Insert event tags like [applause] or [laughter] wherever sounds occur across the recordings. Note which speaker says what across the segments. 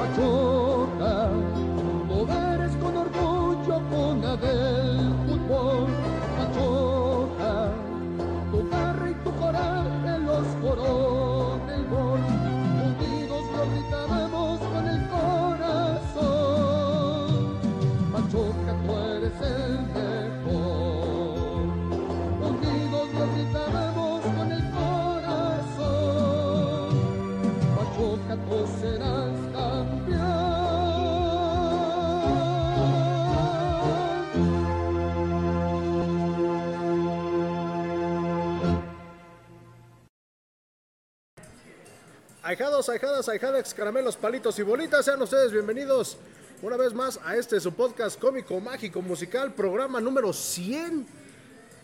Speaker 1: Pachuca, hogares con orgullo cuna del fútbol. Pachuca, tu garra y tu coraje los corona el gol. Unidos lo gritábamos con el corazón. Pachuca, tú eres el mejor. Unidos lo gritábamos con el corazón. Pachuca, tú serás campeón.
Speaker 2: Ajados, ajadas, ajadex, caramelos, palitos y bolitas, sean ustedes bienvenidos una vez más a este su podcast cómico, mágico, musical, programa número 100.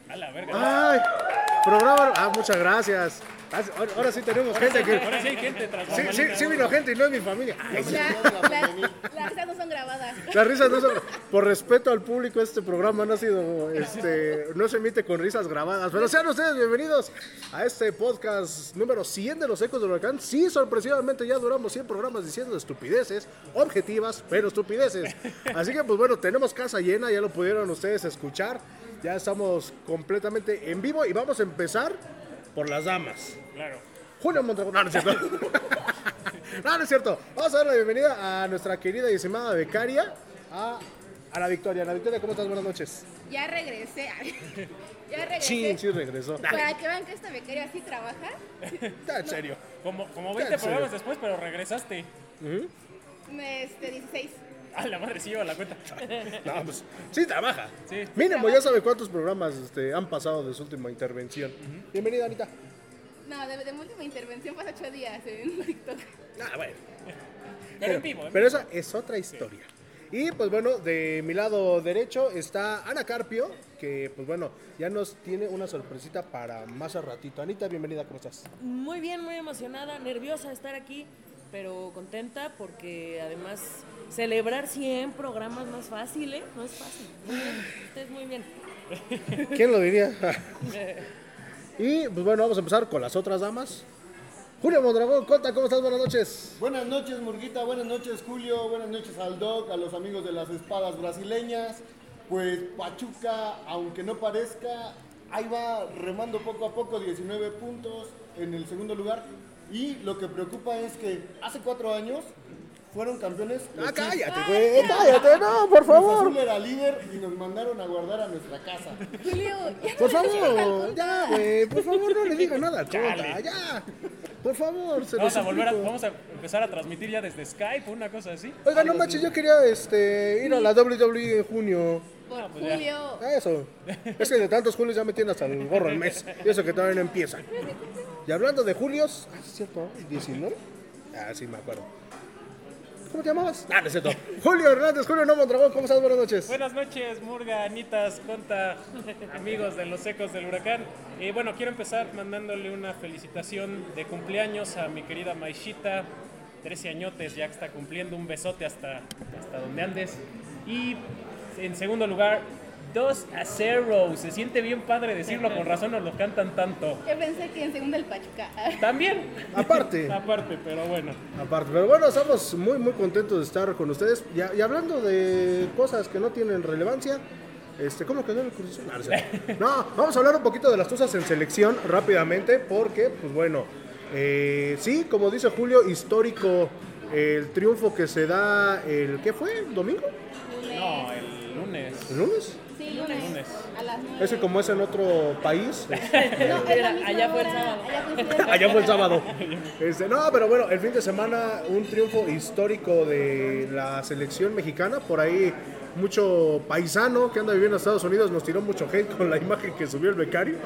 Speaker 3: A la verga.
Speaker 2: ¡Ay! Programa. Ah, muchas gracias. Ah, Ahora, ahora sí tenemos gente que.
Speaker 3: Ahora sí hay gente tras
Speaker 2: Sí, sí,
Speaker 3: bambalinas,
Speaker 2: sí
Speaker 3: ¿no?
Speaker 2: vino gente y no es mi familia. Ay, sí.
Speaker 4: La- las, las risas no son grabadas.
Speaker 2: Las risas no son. Por respeto al público, este programa no ha sido. Este, no se emite con risas grabadas. Pero sean ustedes bienvenidos a este podcast número 100 de los Ecos del Huracán. Sí, sorpresivamente ya duramos 100 programas diciendo estupideces, objetivas, pero estupideces. Así que, pues bueno, tenemos casa llena, ya lo pudieron ustedes escuchar. Ya estamos completamente en vivo y vamos a empezar por las damas.
Speaker 3: Claro.
Speaker 2: Julio Mondragón. No, no es cierto. [laughs] no, no es cierto. Vamos a dar la bienvenida a nuestra querida y estimada becaria, a, a la Victoria. Ana Victoria, ¿cómo estás? Buenas noches.
Speaker 4: Ya regresé. [laughs] ya regresé.
Speaker 2: Chin, sí regresó.
Speaker 4: Para que vean que esta becaria así trabaja.
Speaker 2: Está en serio.
Speaker 3: Como, como
Speaker 2: Ya,
Speaker 3: 20
Speaker 2: en
Speaker 3: programas
Speaker 2: serio.
Speaker 3: después, pero regresaste. [laughs]
Speaker 4: Me- Este, 16.
Speaker 3: A la madre sí lleva la
Speaker 2: [laughs]
Speaker 3: cuenta.
Speaker 2: No, pues, sí trabaja.
Speaker 3: Sí.
Speaker 2: Mínimo, ya sabe cuántos programas este, han pasado de su última intervención. Bienvenida, Anita.
Speaker 4: No, de, de mi última intervención fue hace 8 días en [laughs] TikTok.
Speaker 2: Ah, bueno.
Speaker 3: Pero en vivo, ¿eh?
Speaker 2: Pero esa es otra historia. Y pues bueno, de mi lado derecho está Ana Carpio, que pues bueno, ya nos tiene una sorpresita para más a ratito. Anita, bienvenida, ¿cómo estás?
Speaker 5: Muy bien, muy emocionada, nerviosa de estar aquí, pero contenta porque además celebrar 100 programas no es fácil, ¿eh? No es fácil. Muy bien, ustedes muy bien.
Speaker 2: ¿Quién lo diría? [laughs] y pues bueno, vamos a empezar con las otras damas. Julio Mondragón, Cota, ¿cómo estás? Buenas noches.
Speaker 6: Buenas noches, Murguita. Buenas noches, Julio. Buenas noches al Doc, a los amigos de las espadas brasileñas. Pues Pachuca, aunque no parezca, ahí va remando poco a poco, 19 puntos en el segundo lugar. Y lo que preocupa es que hace cuatro años fueron campeones. los
Speaker 2: Ah,
Speaker 6: Chivas.
Speaker 2: cállate, güey, cállate, no, por
Speaker 6: Cruz
Speaker 2: favor.
Speaker 6: Azul era líder y nos mandaron a guardar a nuestra casa.
Speaker 4: Julio, ya
Speaker 2: Por
Speaker 4: no le digas al
Speaker 2: favor,
Speaker 4: Cota.
Speaker 2: ya, güey, por favor, no le diga nada, Cota,
Speaker 3: Chale.
Speaker 2: ya. Por favor, se
Speaker 3: Vamos
Speaker 2: los
Speaker 3: a volver a,
Speaker 2: suplico.
Speaker 3: vamos a empezar a transmitir ya desde Skype o una cosa así.
Speaker 2: Oiga, no manches, yo quería este, ir a la WWE en junio.
Speaker 4: Por
Speaker 3: pues ya.
Speaker 4: Julio.
Speaker 2: Ah, Eso. Es que de tantos julios ya me tienen hasta el gorro el mes. Y eso que todavía no empieza. Y hablando de julios. Ah, sí, es cierto. ¿eh? ¿19? Ah, sí, me acuerdo. ¿Cómo te llamabas? Ah, no es cierto. Julio Hernández, Julio No Mondragón, ¿cómo estás? Buenas noches.
Speaker 3: Buenas noches, Murga, Anitas, Conta, amigos de los ecos del huracán. Y bueno, quiero empezar mandándole una felicitación de cumpleaños a mi querida Maishita, 13 añotes, ya que está cumpliendo un besote hasta, hasta donde andes. Y en segundo lugar, 2 a 0. Se siente bien padre decirlo, con razón nos lo cantan tanto.
Speaker 4: Yo pensé que en segunda el Pachuca.
Speaker 3: También.
Speaker 2: Aparte.
Speaker 3: [laughs] Aparte, pero bueno.
Speaker 2: Aparte, pero bueno, estamos muy, muy contentos de estar con ustedes. Y, a- y hablando de cosas que no tienen relevancia, este, ¿cómo quedó el curso? No, no, es cierto. No, vamos a hablar un poquito de las cosas en selección rápidamente, porque, pues bueno, eh, sí, como dice Julio, histórico el triunfo que se da el, ¿qué fue? ¿Domingo?
Speaker 4: [laughs] Lunes.
Speaker 3: No, el lunes.
Speaker 2: ¿El lunes?
Speaker 4: Sí, lunes.
Speaker 3: Lunes.
Speaker 4: A las 9.
Speaker 2: Ese como es en otro país, es-
Speaker 4: No, es la misma
Speaker 5: Allá fue el
Speaker 4: hora,
Speaker 5: sábado.
Speaker 4: Allá
Speaker 2: [laughs]
Speaker 4: coinciden.
Speaker 2: Allá fue el sábado. Este, no, pero bueno, el fin de semana un triunfo histórico de la selección mexicana. Por ahí mucho paisano que anda viviendo en Estados Unidos nos tiró mucho hate con la imagen que subió el becario.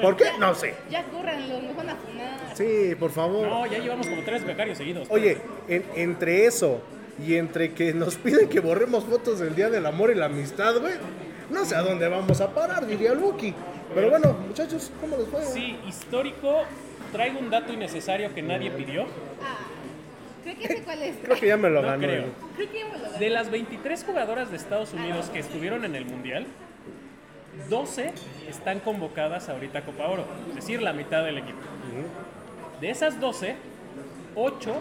Speaker 2: ¿Por qué? No sé.
Speaker 4: Ya córranlo, nos van a funar.
Speaker 2: Sí, por favor.
Speaker 3: No, ya llevamos como tres becarios seguidos.
Speaker 2: Oye, en- entre eso y entre que nos piden que borremos fotos del Día del Amor y la Amistad, güey, no sé a dónde vamos a parar, diría Lucky. Pero bueno, muchachos, ¿cómo les fue?
Speaker 3: Sí, histórico. Traigo un dato innecesario que nadie pidió.
Speaker 4: Ah, creo que sé cuál es.
Speaker 2: Creo que ya me lo
Speaker 3: No
Speaker 2: ganó.
Speaker 3: creo.
Speaker 2: el-
Speaker 4: Creo que ya me lo gané.
Speaker 3: De las 23 jugadoras de Estados Unidos que estuvieron en el Mundial, 12 están convocadas ahorita a Copa Oro, es decir, la mitad del equipo. De esas 12, 8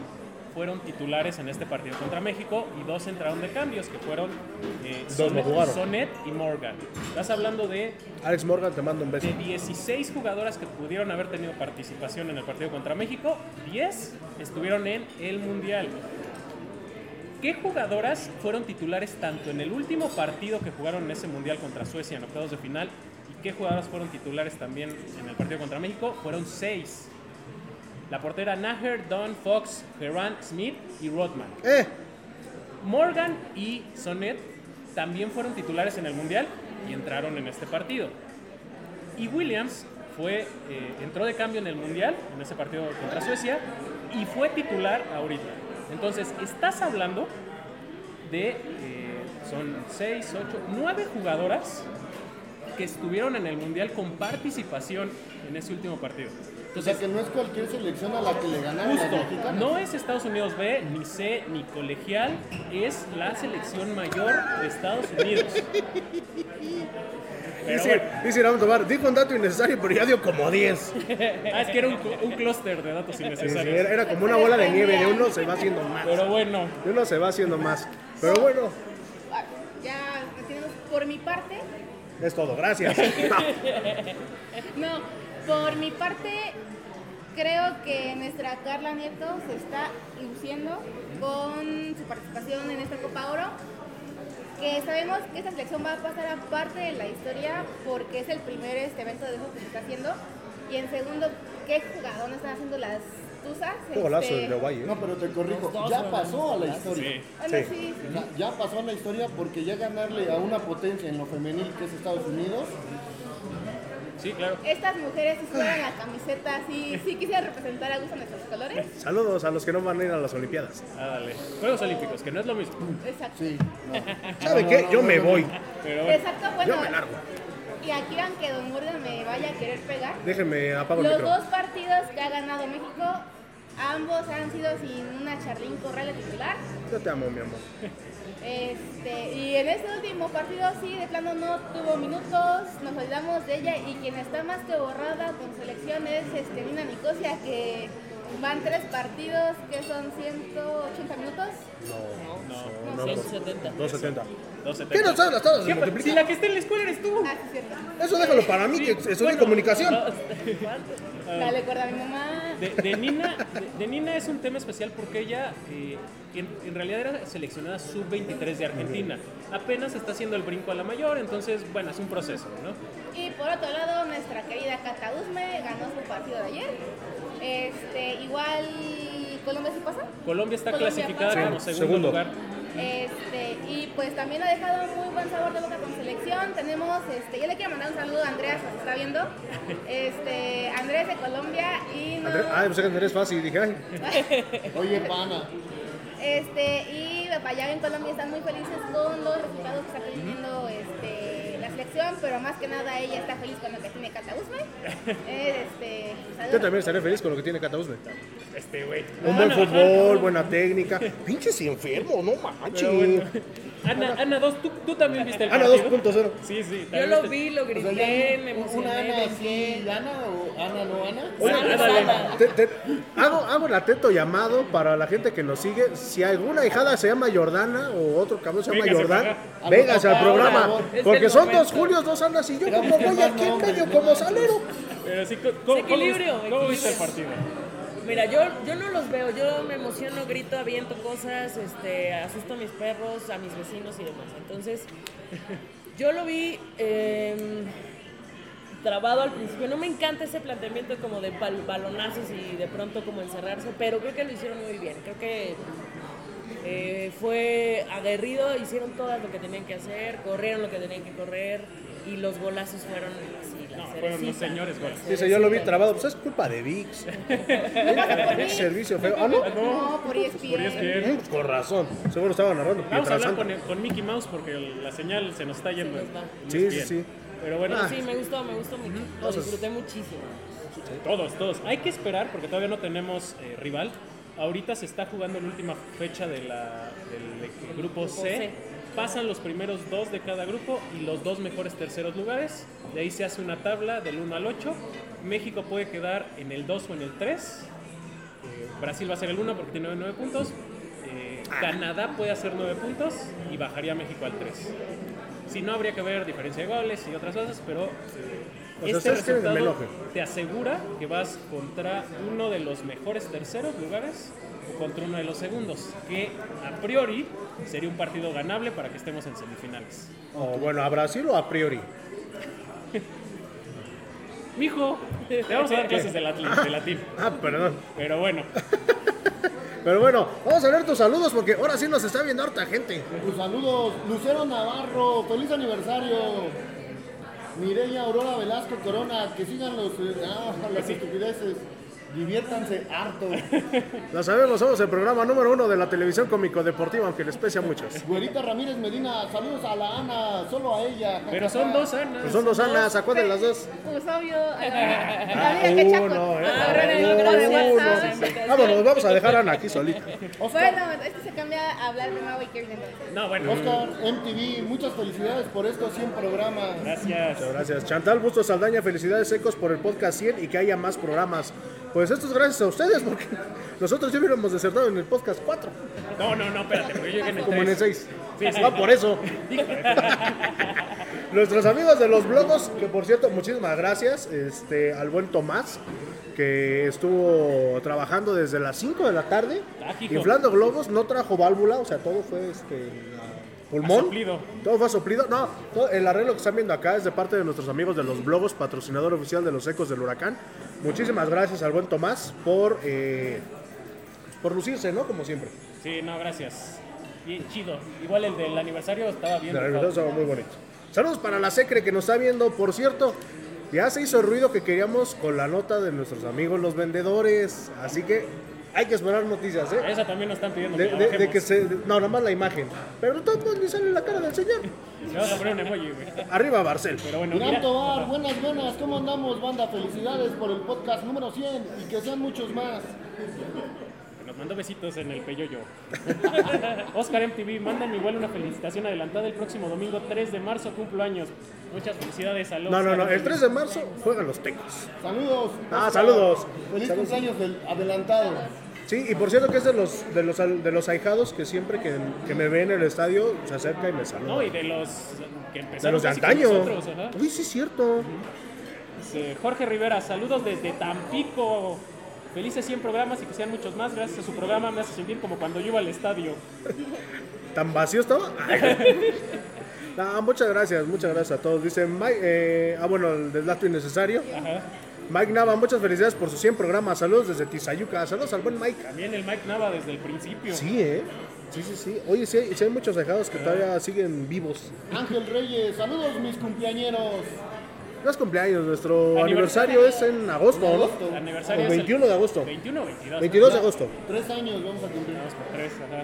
Speaker 3: fueron titulares en este partido contra México y dos entraron de cambios, que fueron eh,
Speaker 2: Dos no jugaron.
Speaker 3: Sonet y Morgan. Estás hablando de
Speaker 2: Alex Morgan, te mando un beso.
Speaker 3: de 16 jugadoras que pudieron haber tenido participación en el partido contra México, 10 estuvieron en el Mundial. ¿Qué jugadoras fueron titulares tanto en el último partido que jugaron en ese Mundial contra Suecia en octavos de final y qué jugadoras fueron titulares también en el partido contra México? Fueron 6. La portera Naher, Don Fox, Ferran Smith y Rodman.
Speaker 2: ¡Eh!
Speaker 3: Morgan y Sonet también fueron titulares en el Mundial y entraron en este partido. Y Williams fue, eh, entró de cambio en el Mundial, en ese partido contra Suecia, y fue titular ahorita. Entonces, estás hablando de, eh, son 6, 8, 9 jugadoras que estuvieron en el Mundial con participación en ese último partido.
Speaker 6: O sea que no es cualquier selección a la que le ganaron las
Speaker 3: Justo,
Speaker 6: mexicanas.
Speaker 3: no es Estados Unidos B, ni C, ni colegial, es la selección mayor de Estados Unidos. Pero
Speaker 2: Dice,
Speaker 3: bueno,
Speaker 2: dice Irán Tobar, dijo un dato innecesario, pero ya dio como 10.
Speaker 3: ah, es que era un, cl- un clúster de datos
Speaker 2: Sí, sí,
Speaker 3: innecesarios.
Speaker 2: era, era como una bola de nieve, de uno se va haciendo más.
Speaker 3: Pero bueno,
Speaker 2: De uno se va haciendo más. Pero bueno,
Speaker 4: Ah, Ya, retiramos. por mi parte,
Speaker 2: es todo,
Speaker 3: [laughs]
Speaker 2: gracias. [laughs]
Speaker 4: no, por mi parte, creo que nuestra Carla Nieto se está luciendo con su participación en esta Copa Oro. Que sabemos que esta selección va a pasar a parte de la historia porque es el primer este evento de eso que se está haciendo. Y en segundo, ¿qué jugador están haciendo las Tuzas?
Speaker 2: Golazo
Speaker 4: Este,
Speaker 2: de Uruguay, ¿eh?
Speaker 6: No, pero te corrijo, ya pasó a la historia.
Speaker 3: sí.
Speaker 4: bueno,
Speaker 2: Sí.
Speaker 4: sí,
Speaker 6: O sea, ya pasó a la historia porque ya ganarle a una potencia en lo femenil que es Estados Unidos,
Speaker 3: Sí, claro.
Speaker 4: Estas mujeres si se ponen la camiseta, sí, sí quisiera representar a gusto nuestros colores.
Speaker 2: Saludos a los que no van a ir a las Olimpiadas.
Speaker 3: Ah, dale. Juegos Olímpicos, que no es lo mismo.
Speaker 4: Exacto.
Speaker 6: sí,
Speaker 2: ¿Sabe qué? Yo me voy.
Speaker 3: Pero bueno,
Speaker 4: Exacto, bueno.
Speaker 2: Yo me largo.
Speaker 4: Y aquí aunque Don Murga me vaya a querer pegar.
Speaker 2: Déjenme apago el
Speaker 4: Los
Speaker 2: micro.
Speaker 4: dos partidos que ha ganado México, ambos han sido sin una Charlín Corral de titular.
Speaker 2: Yo te amo, mi amor.
Speaker 4: Este, y en este último partido sí, de plano no tuvo minutos, nos olvidamos de ella y quien está más que borrada con selección es este, Nina Nicosia, que van tres partidos que son 180 minutos.
Speaker 2: No, no, no.
Speaker 5: 170.
Speaker 2: 270.
Speaker 3: 2.70.
Speaker 2: ¿Qué no sabes las tablas de
Speaker 3: ¿Qué pa- Si
Speaker 2: multiplicar?
Speaker 3: la que está en la escuela eres tú.
Speaker 4: Ah, sí, cierto.
Speaker 2: Eso déjalo para mí, que estudié
Speaker 3: Bueno,
Speaker 2: comunicación.
Speaker 3: ah,
Speaker 4: Dale cuerda a mi mamá.
Speaker 3: De, de Nina, de, de Nina es un tema especial porque ella eh, en, en realidad era seleccionada sub-23 de Argentina. Apenas está haciendo el brinco a la mayor, entonces, bueno, es un proceso, ¿no?
Speaker 4: Y por otro lado, nuestra querida Cata Guzme ganó su partido de ayer. Este, igual Colombia sí pasa.
Speaker 3: Colombia está
Speaker 4: Colombia
Speaker 3: clasificada
Speaker 4: pasa.
Speaker 3: como segundo,
Speaker 2: Segundo.
Speaker 3: lugar.
Speaker 4: Este, y pues también ha dejado muy buen sabor de boca con selección. Tenemos, este, yo le quiero mandar un saludo a Andrea, si nos está viendo. Este, Andrés de Colombia y no-
Speaker 2: Andrés- Ah, pensé que Andrés fácil. Dije, ay,
Speaker 6: oye pana,
Speaker 4: Este, y allá en Colombia están muy felices con los resultados que está teniendo este, la selección, pero más que nada ella está feliz con lo que tiene Cata Guzmán.
Speaker 2: [laughs]
Speaker 4: Eh, este, saludos.
Speaker 2: yo también estaré feliz con lo que tiene Catausme.
Speaker 3: Este güey.
Speaker 2: Un buen fútbol, buena técnica. Pinches y enfermo, no manches. Ah,
Speaker 3: Pero bueno. Ana, Ana 2, ¿tú, tú también viste el
Speaker 2: Ana
Speaker 3: partido.
Speaker 2: 2.0.
Speaker 3: Sí, sí.
Speaker 5: Yo
Speaker 3: también
Speaker 5: lo
Speaker 3: viste-
Speaker 5: vi, lo
Speaker 6: O sea,
Speaker 5: grité,
Speaker 6: ya
Speaker 5: me
Speaker 6: una
Speaker 5: emocioné.
Speaker 6: Ana
Speaker 5: grité.
Speaker 6: sí, Ana o Ana no Ana.
Speaker 2: Oye,
Speaker 3: Ana,
Speaker 2: ándale.
Speaker 3: Ana.
Speaker 2: Te- te- hago, hago el atento llamado para la gente que nos sigue. Si alguna hijada se llama Jordana o otro cabrón se llama
Speaker 3: Véngase
Speaker 2: Jordán,
Speaker 3: para
Speaker 6: acá.
Speaker 2: véngase al
Speaker 6: Ahora,
Speaker 2: programa.
Speaker 6: por favor.
Speaker 5: Es
Speaker 2: Porque
Speaker 5: el
Speaker 2: son dos
Speaker 5: momento.
Speaker 2: Julios, dos Anas y yo
Speaker 6: Era
Speaker 2: como
Speaker 6: mucho
Speaker 2: voy
Speaker 6: más
Speaker 2: aquí en
Speaker 6: nombre,
Speaker 2: medio
Speaker 6: ¿no?
Speaker 2: como salero.
Speaker 3: Pero sí, ¿cómo, cómo- cómo viste-
Speaker 5: Equilibrio,
Speaker 3: cómo viste el partido?
Speaker 5: equilibrio. Mira, yo, yo no los veo, yo me emociono, grito, aviento cosas, este, asusto a mis perros, a mis vecinos y demás. Entonces, yo lo vi em, trabado al principio. No me encanta ese planteamiento como de pal- balonazos y de pronto como encerrarse, pero creo que lo hicieron muy bien. Creo que eh, fue aguerrido, hicieron todo lo que tenían que hacer, corrieron lo que tenían que correr y los golazos fueron así. la
Speaker 3: No, fueron
Speaker 5: cerecita,
Speaker 3: los señores goles.
Speaker 5: la
Speaker 2: Dice, yo lo vi
Speaker 5: cerecita.
Speaker 2: trabado. Pues es culpa de
Speaker 3: [laughs]
Speaker 2: VIX.
Speaker 4: mí.
Speaker 2: servicio feo. Ah, no.
Speaker 4: No, por E ESPN.
Speaker 3: Por ESPN.
Speaker 2: Mm, Con razón. Seguro estaba narrando.
Speaker 3: Vamos a
Speaker 2: Pietrasanta.
Speaker 3: hablar con, el- con Mickey Mouse porque el- la señal se nos está yendo.
Speaker 5: Se nos va. Ah,
Speaker 2: Sí, sí,
Speaker 3: Bien.
Speaker 2: sí.
Speaker 3: Pero bueno,
Speaker 5: Sí, me gustó, me gustó mucho. Lo disfruté muchísimo.
Speaker 3: Todos, todos. Hay que esperar porque todavía no tenemos eh, rival. Ahorita se está jugando la última fecha de la- del e- grupo C.
Speaker 5: C.
Speaker 3: Pasan los primeros dos de cada grupo y los dos mejores terceros lugares. De ahí se hace una tabla del 1 al 8. México puede quedar en el 2 o en el 3. Eh, Brasil va a ser el 1 porque tiene 9 puntos. Eh,
Speaker 2: Ah.
Speaker 3: Canadá puede hacer 9 puntos y bajaría México al 3. Si no, habría que ver diferencia de goles y otras cosas, pero eh,
Speaker 2: O sea,
Speaker 3: este
Speaker 2: ustedes quieren que me
Speaker 3: resultado
Speaker 2: enoje.
Speaker 3: te asegura que vas contra uno de los mejores terceros lugares o contra uno de los segundos, que a priori sería un partido ganable para que estemos en semifinales.
Speaker 2: O Oh, bueno, a Brasil o a priori.
Speaker 3: Mijo, te vamos a dar clases de latín. De latín.
Speaker 2: Ah, perdón.
Speaker 3: Pero bueno,
Speaker 2: Pero bueno, vamos a ver tus saludos porque ahora sí nos está viendo harta gente.
Speaker 6: Pues saludos, Lucero Navarro, feliz aniversario. Mireya Aurora Velasco Corona, que sigan los, eh, ah, [laughs] las estupideces. Diviértanse harto.
Speaker 2: La sabemos, somos el programa número uno de la televisión cómico-deportiva, aunque les pese a muchos.
Speaker 6: Güerita Ramírez Medina, saludos a la Ana, solo a ella.
Speaker 3: pero son dos ¿eh? años.
Speaker 2: Pues son dos anas, ¿a cuál de las dos?
Speaker 4: Pues obvio, a la, a
Speaker 2: Ah,
Speaker 4: la vida que chaco.
Speaker 2: uno, eh.
Speaker 4: Ahora en el grupo de
Speaker 2: uno.
Speaker 4: WhatsApp.
Speaker 2: Vámonos, vamos a dejar a Ana aquí solita.
Speaker 4: Bueno, este se cambia a hablar de nuevo y Kirby entonces.
Speaker 3: No, bueno,
Speaker 6: Oscar MTV, muchas felicidades por estos 100 programas.
Speaker 3: gracias.
Speaker 2: Gracias. Chantal Busto Saldaña, felicidades secos por el podcast 100 y que haya más programas. Pues esto es gracias a ustedes porque nosotros ya hubiéramos desertado en el podcast 4,
Speaker 3: No, no, no, espérate, porque yo llegué en el
Speaker 2: como en el
Speaker 3: tres.
Speaker 2: 6.
Speaker 3: Sí, sí.
Speaker 2: No, por
Speaker 3: [laughs]
Speaker 2: eso. Nuestros amigos de los blogos, que por cierto, muchísimas gracias este, al buen Tomás, que estuvo trabajando desde las 5 de la tarde,
Speaker 3: Ah, hijo.
Speaker 2: inflando globos, no trajo válvula, o sea, todo fue este, a pulmón.
Speaker 3: soplido.
Speaker 2: Todo fue a soplido. No, todo- el arreglo que están viendo acá es de parte de nuestros amigos de los blogos, patrocinador oficial de los Ecos del Huracán. Muchísimas gracias al buen Tomás por, eh, por lucirse, ¿no? Como siempre.
Speaker 3: Sí, no, gracias. Bien chido. Igual el del aniversario estaba bien.
Speaker 2: De
Speaker 3: rifado.
Speaker 2: regreso, muy bonito. Saludos para la Secre que nos está viendo. Por cierto, ya se hizo el ruido que queríamos con la nota de nuestros amigos los vendedores. Así que hay que esperar noticias, ¿eh?
Speaker 3: Esa también nos están pidiendo.
Speaker 2: De,
Speaker 3: que la
Speaker 2: de- de
Speaker 3: bajemos.
Speaker 2: que se. de- no, nada más la imagen. Pero no todo ni sale la cara del señor.
Speaker 3: Le vamos a poner un emoji, güey.
Speaker 2: Arriba, Barcel.
Speaker 3: Pero bueno,
Speaker 6: Irán
Speaker 3: mira.
Speaker 6: Tobar, buenas, buenas, ¿cómo andamos, banda? Felicidades por el podcast número 100 y que sean muchos más.
Speaker 3: Nos mandó besitos en el peyoyo. [laughs] Oscar MTV, mandan igual una felicitación adelantada el próximo domingo 3 de marzo, cumplo años. Muchas felicidades a los.
Speaker 2: No, no, no. El 3 de marzo juegan los tecos.
Speaker 6: Saludos.
Speaker 2: Ah, saludos.
Speaker 6: Feliz
Speaker 2: Saludos.
Speaker 6: cumpleaños del adelantado.
Speaker 2: Sí, y por cierto que es de los, de los, al- de los ahijados que siempre que, que me ve en el estadio se acerca y me saluda.
Speaker 3: No, y de los que
Speaker 2: de
Speaker 3: empezaron
Speaker 2: los de
Speaker 3: casi con
Speaker 2: antaño.
Speaker 3: nosotros, ajá.
Speaker 2: Uy, sí, es cierto.
Speaker 3: Dice, Jorge Rivera, saludos desde Tampico. Felices 100 programas y que sean muchos más. Gracias a su programa me hace sentir como cuando yo iba al estadio.
Speaker 2: ¿Tan vacío estaba? [laughs] Ay. No, muchas gracias, muchas gracias a todos. Dice Mike, eh, ah bueno, el deslato innecesario.
Speaker 3: Ajá.
Speaker 2: Mike Nava, muchas felicidades por sus 100 programas. Saludos desde Tizayuca. Saludos al buen Mike.
Speaker 3: También el Mike Nava desde el principio.
Speaker 2: Sí, ¿eh? Sí, sí, sí. Oye, sí, hay- sí hay muchos dejados que todavía siguen vivos.
Speaker 6: Ángel Reyes, saludos mis cumpleañeros.
Speaker 2: No es cumpleaños, nuestro
Speaker 3: Aniversario.
Speaker 2: aniversario es en agosto,
Speaker 6: Agosto.
Speaker 2: ¿no?
Speaker 3: Aniversario
Speaker 2: O
Speaker 3: es el
Speaker 2: 21 de agosto.
Speaker 3: 21 o 22.
Speaker 2: 22 de agosto.
Speaker 6: Tres años vamos a cumplir.
Speaker 3: Vamos por tres, ajá.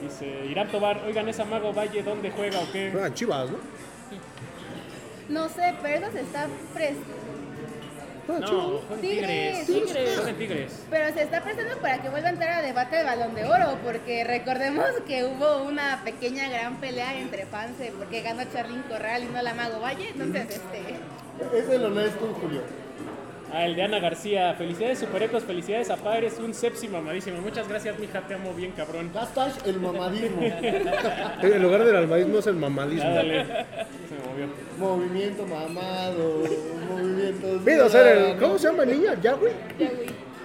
Speaker 3: Dice Irán Tobar, oigan, esa Mago Valle, ¿dónde juega o qué?
Speaker 2: Juegan chivas, ¿no?
Speaker 4: No sé, pero se está pres-
Speaker 2: Juegan
Speaker 3: No,
Speaker 2: Ah, Chivas.
Speaker 3: juega en
Speaker 4: Tigres,
Speaker 3: Tigres.
Speaker 4: Tigres.
Speaker 3: Juega en Tigres.
Speaker 4: Pero se está prestando para que vuelva a entrar a debate de balón de oro, porque recordemos que hubo una pequeña gran pelea entre fans, eh, porque ganó Charlín Corral y no la Mago Valle, entonces este.
Speaker 6: Es el honesto, Julio.
Speaker 3: Ah, el de Ana García. Felicidades, superecos. Felicidades a padres. Un sepsi mamadísimo. Muchas gracias, mija. Te amo bien, cabrón.
Speaker 6: Hashtag
Speaker 2: [laughs]
Speaker 6: el mamadismo.
Speaker 2: En lugar del almadismo es el
Speaker 3: Ya,
Speaker 2: mamadismo.
Speaker 3: dale. Se movió.
Speaker 6: movimiento mamado. Movimiento.
Speaker 2: Pido ser el.
Speaker 6: ciudadano.
Speaker 2: ¿Cómo se llama el niño? ¿Yahweh?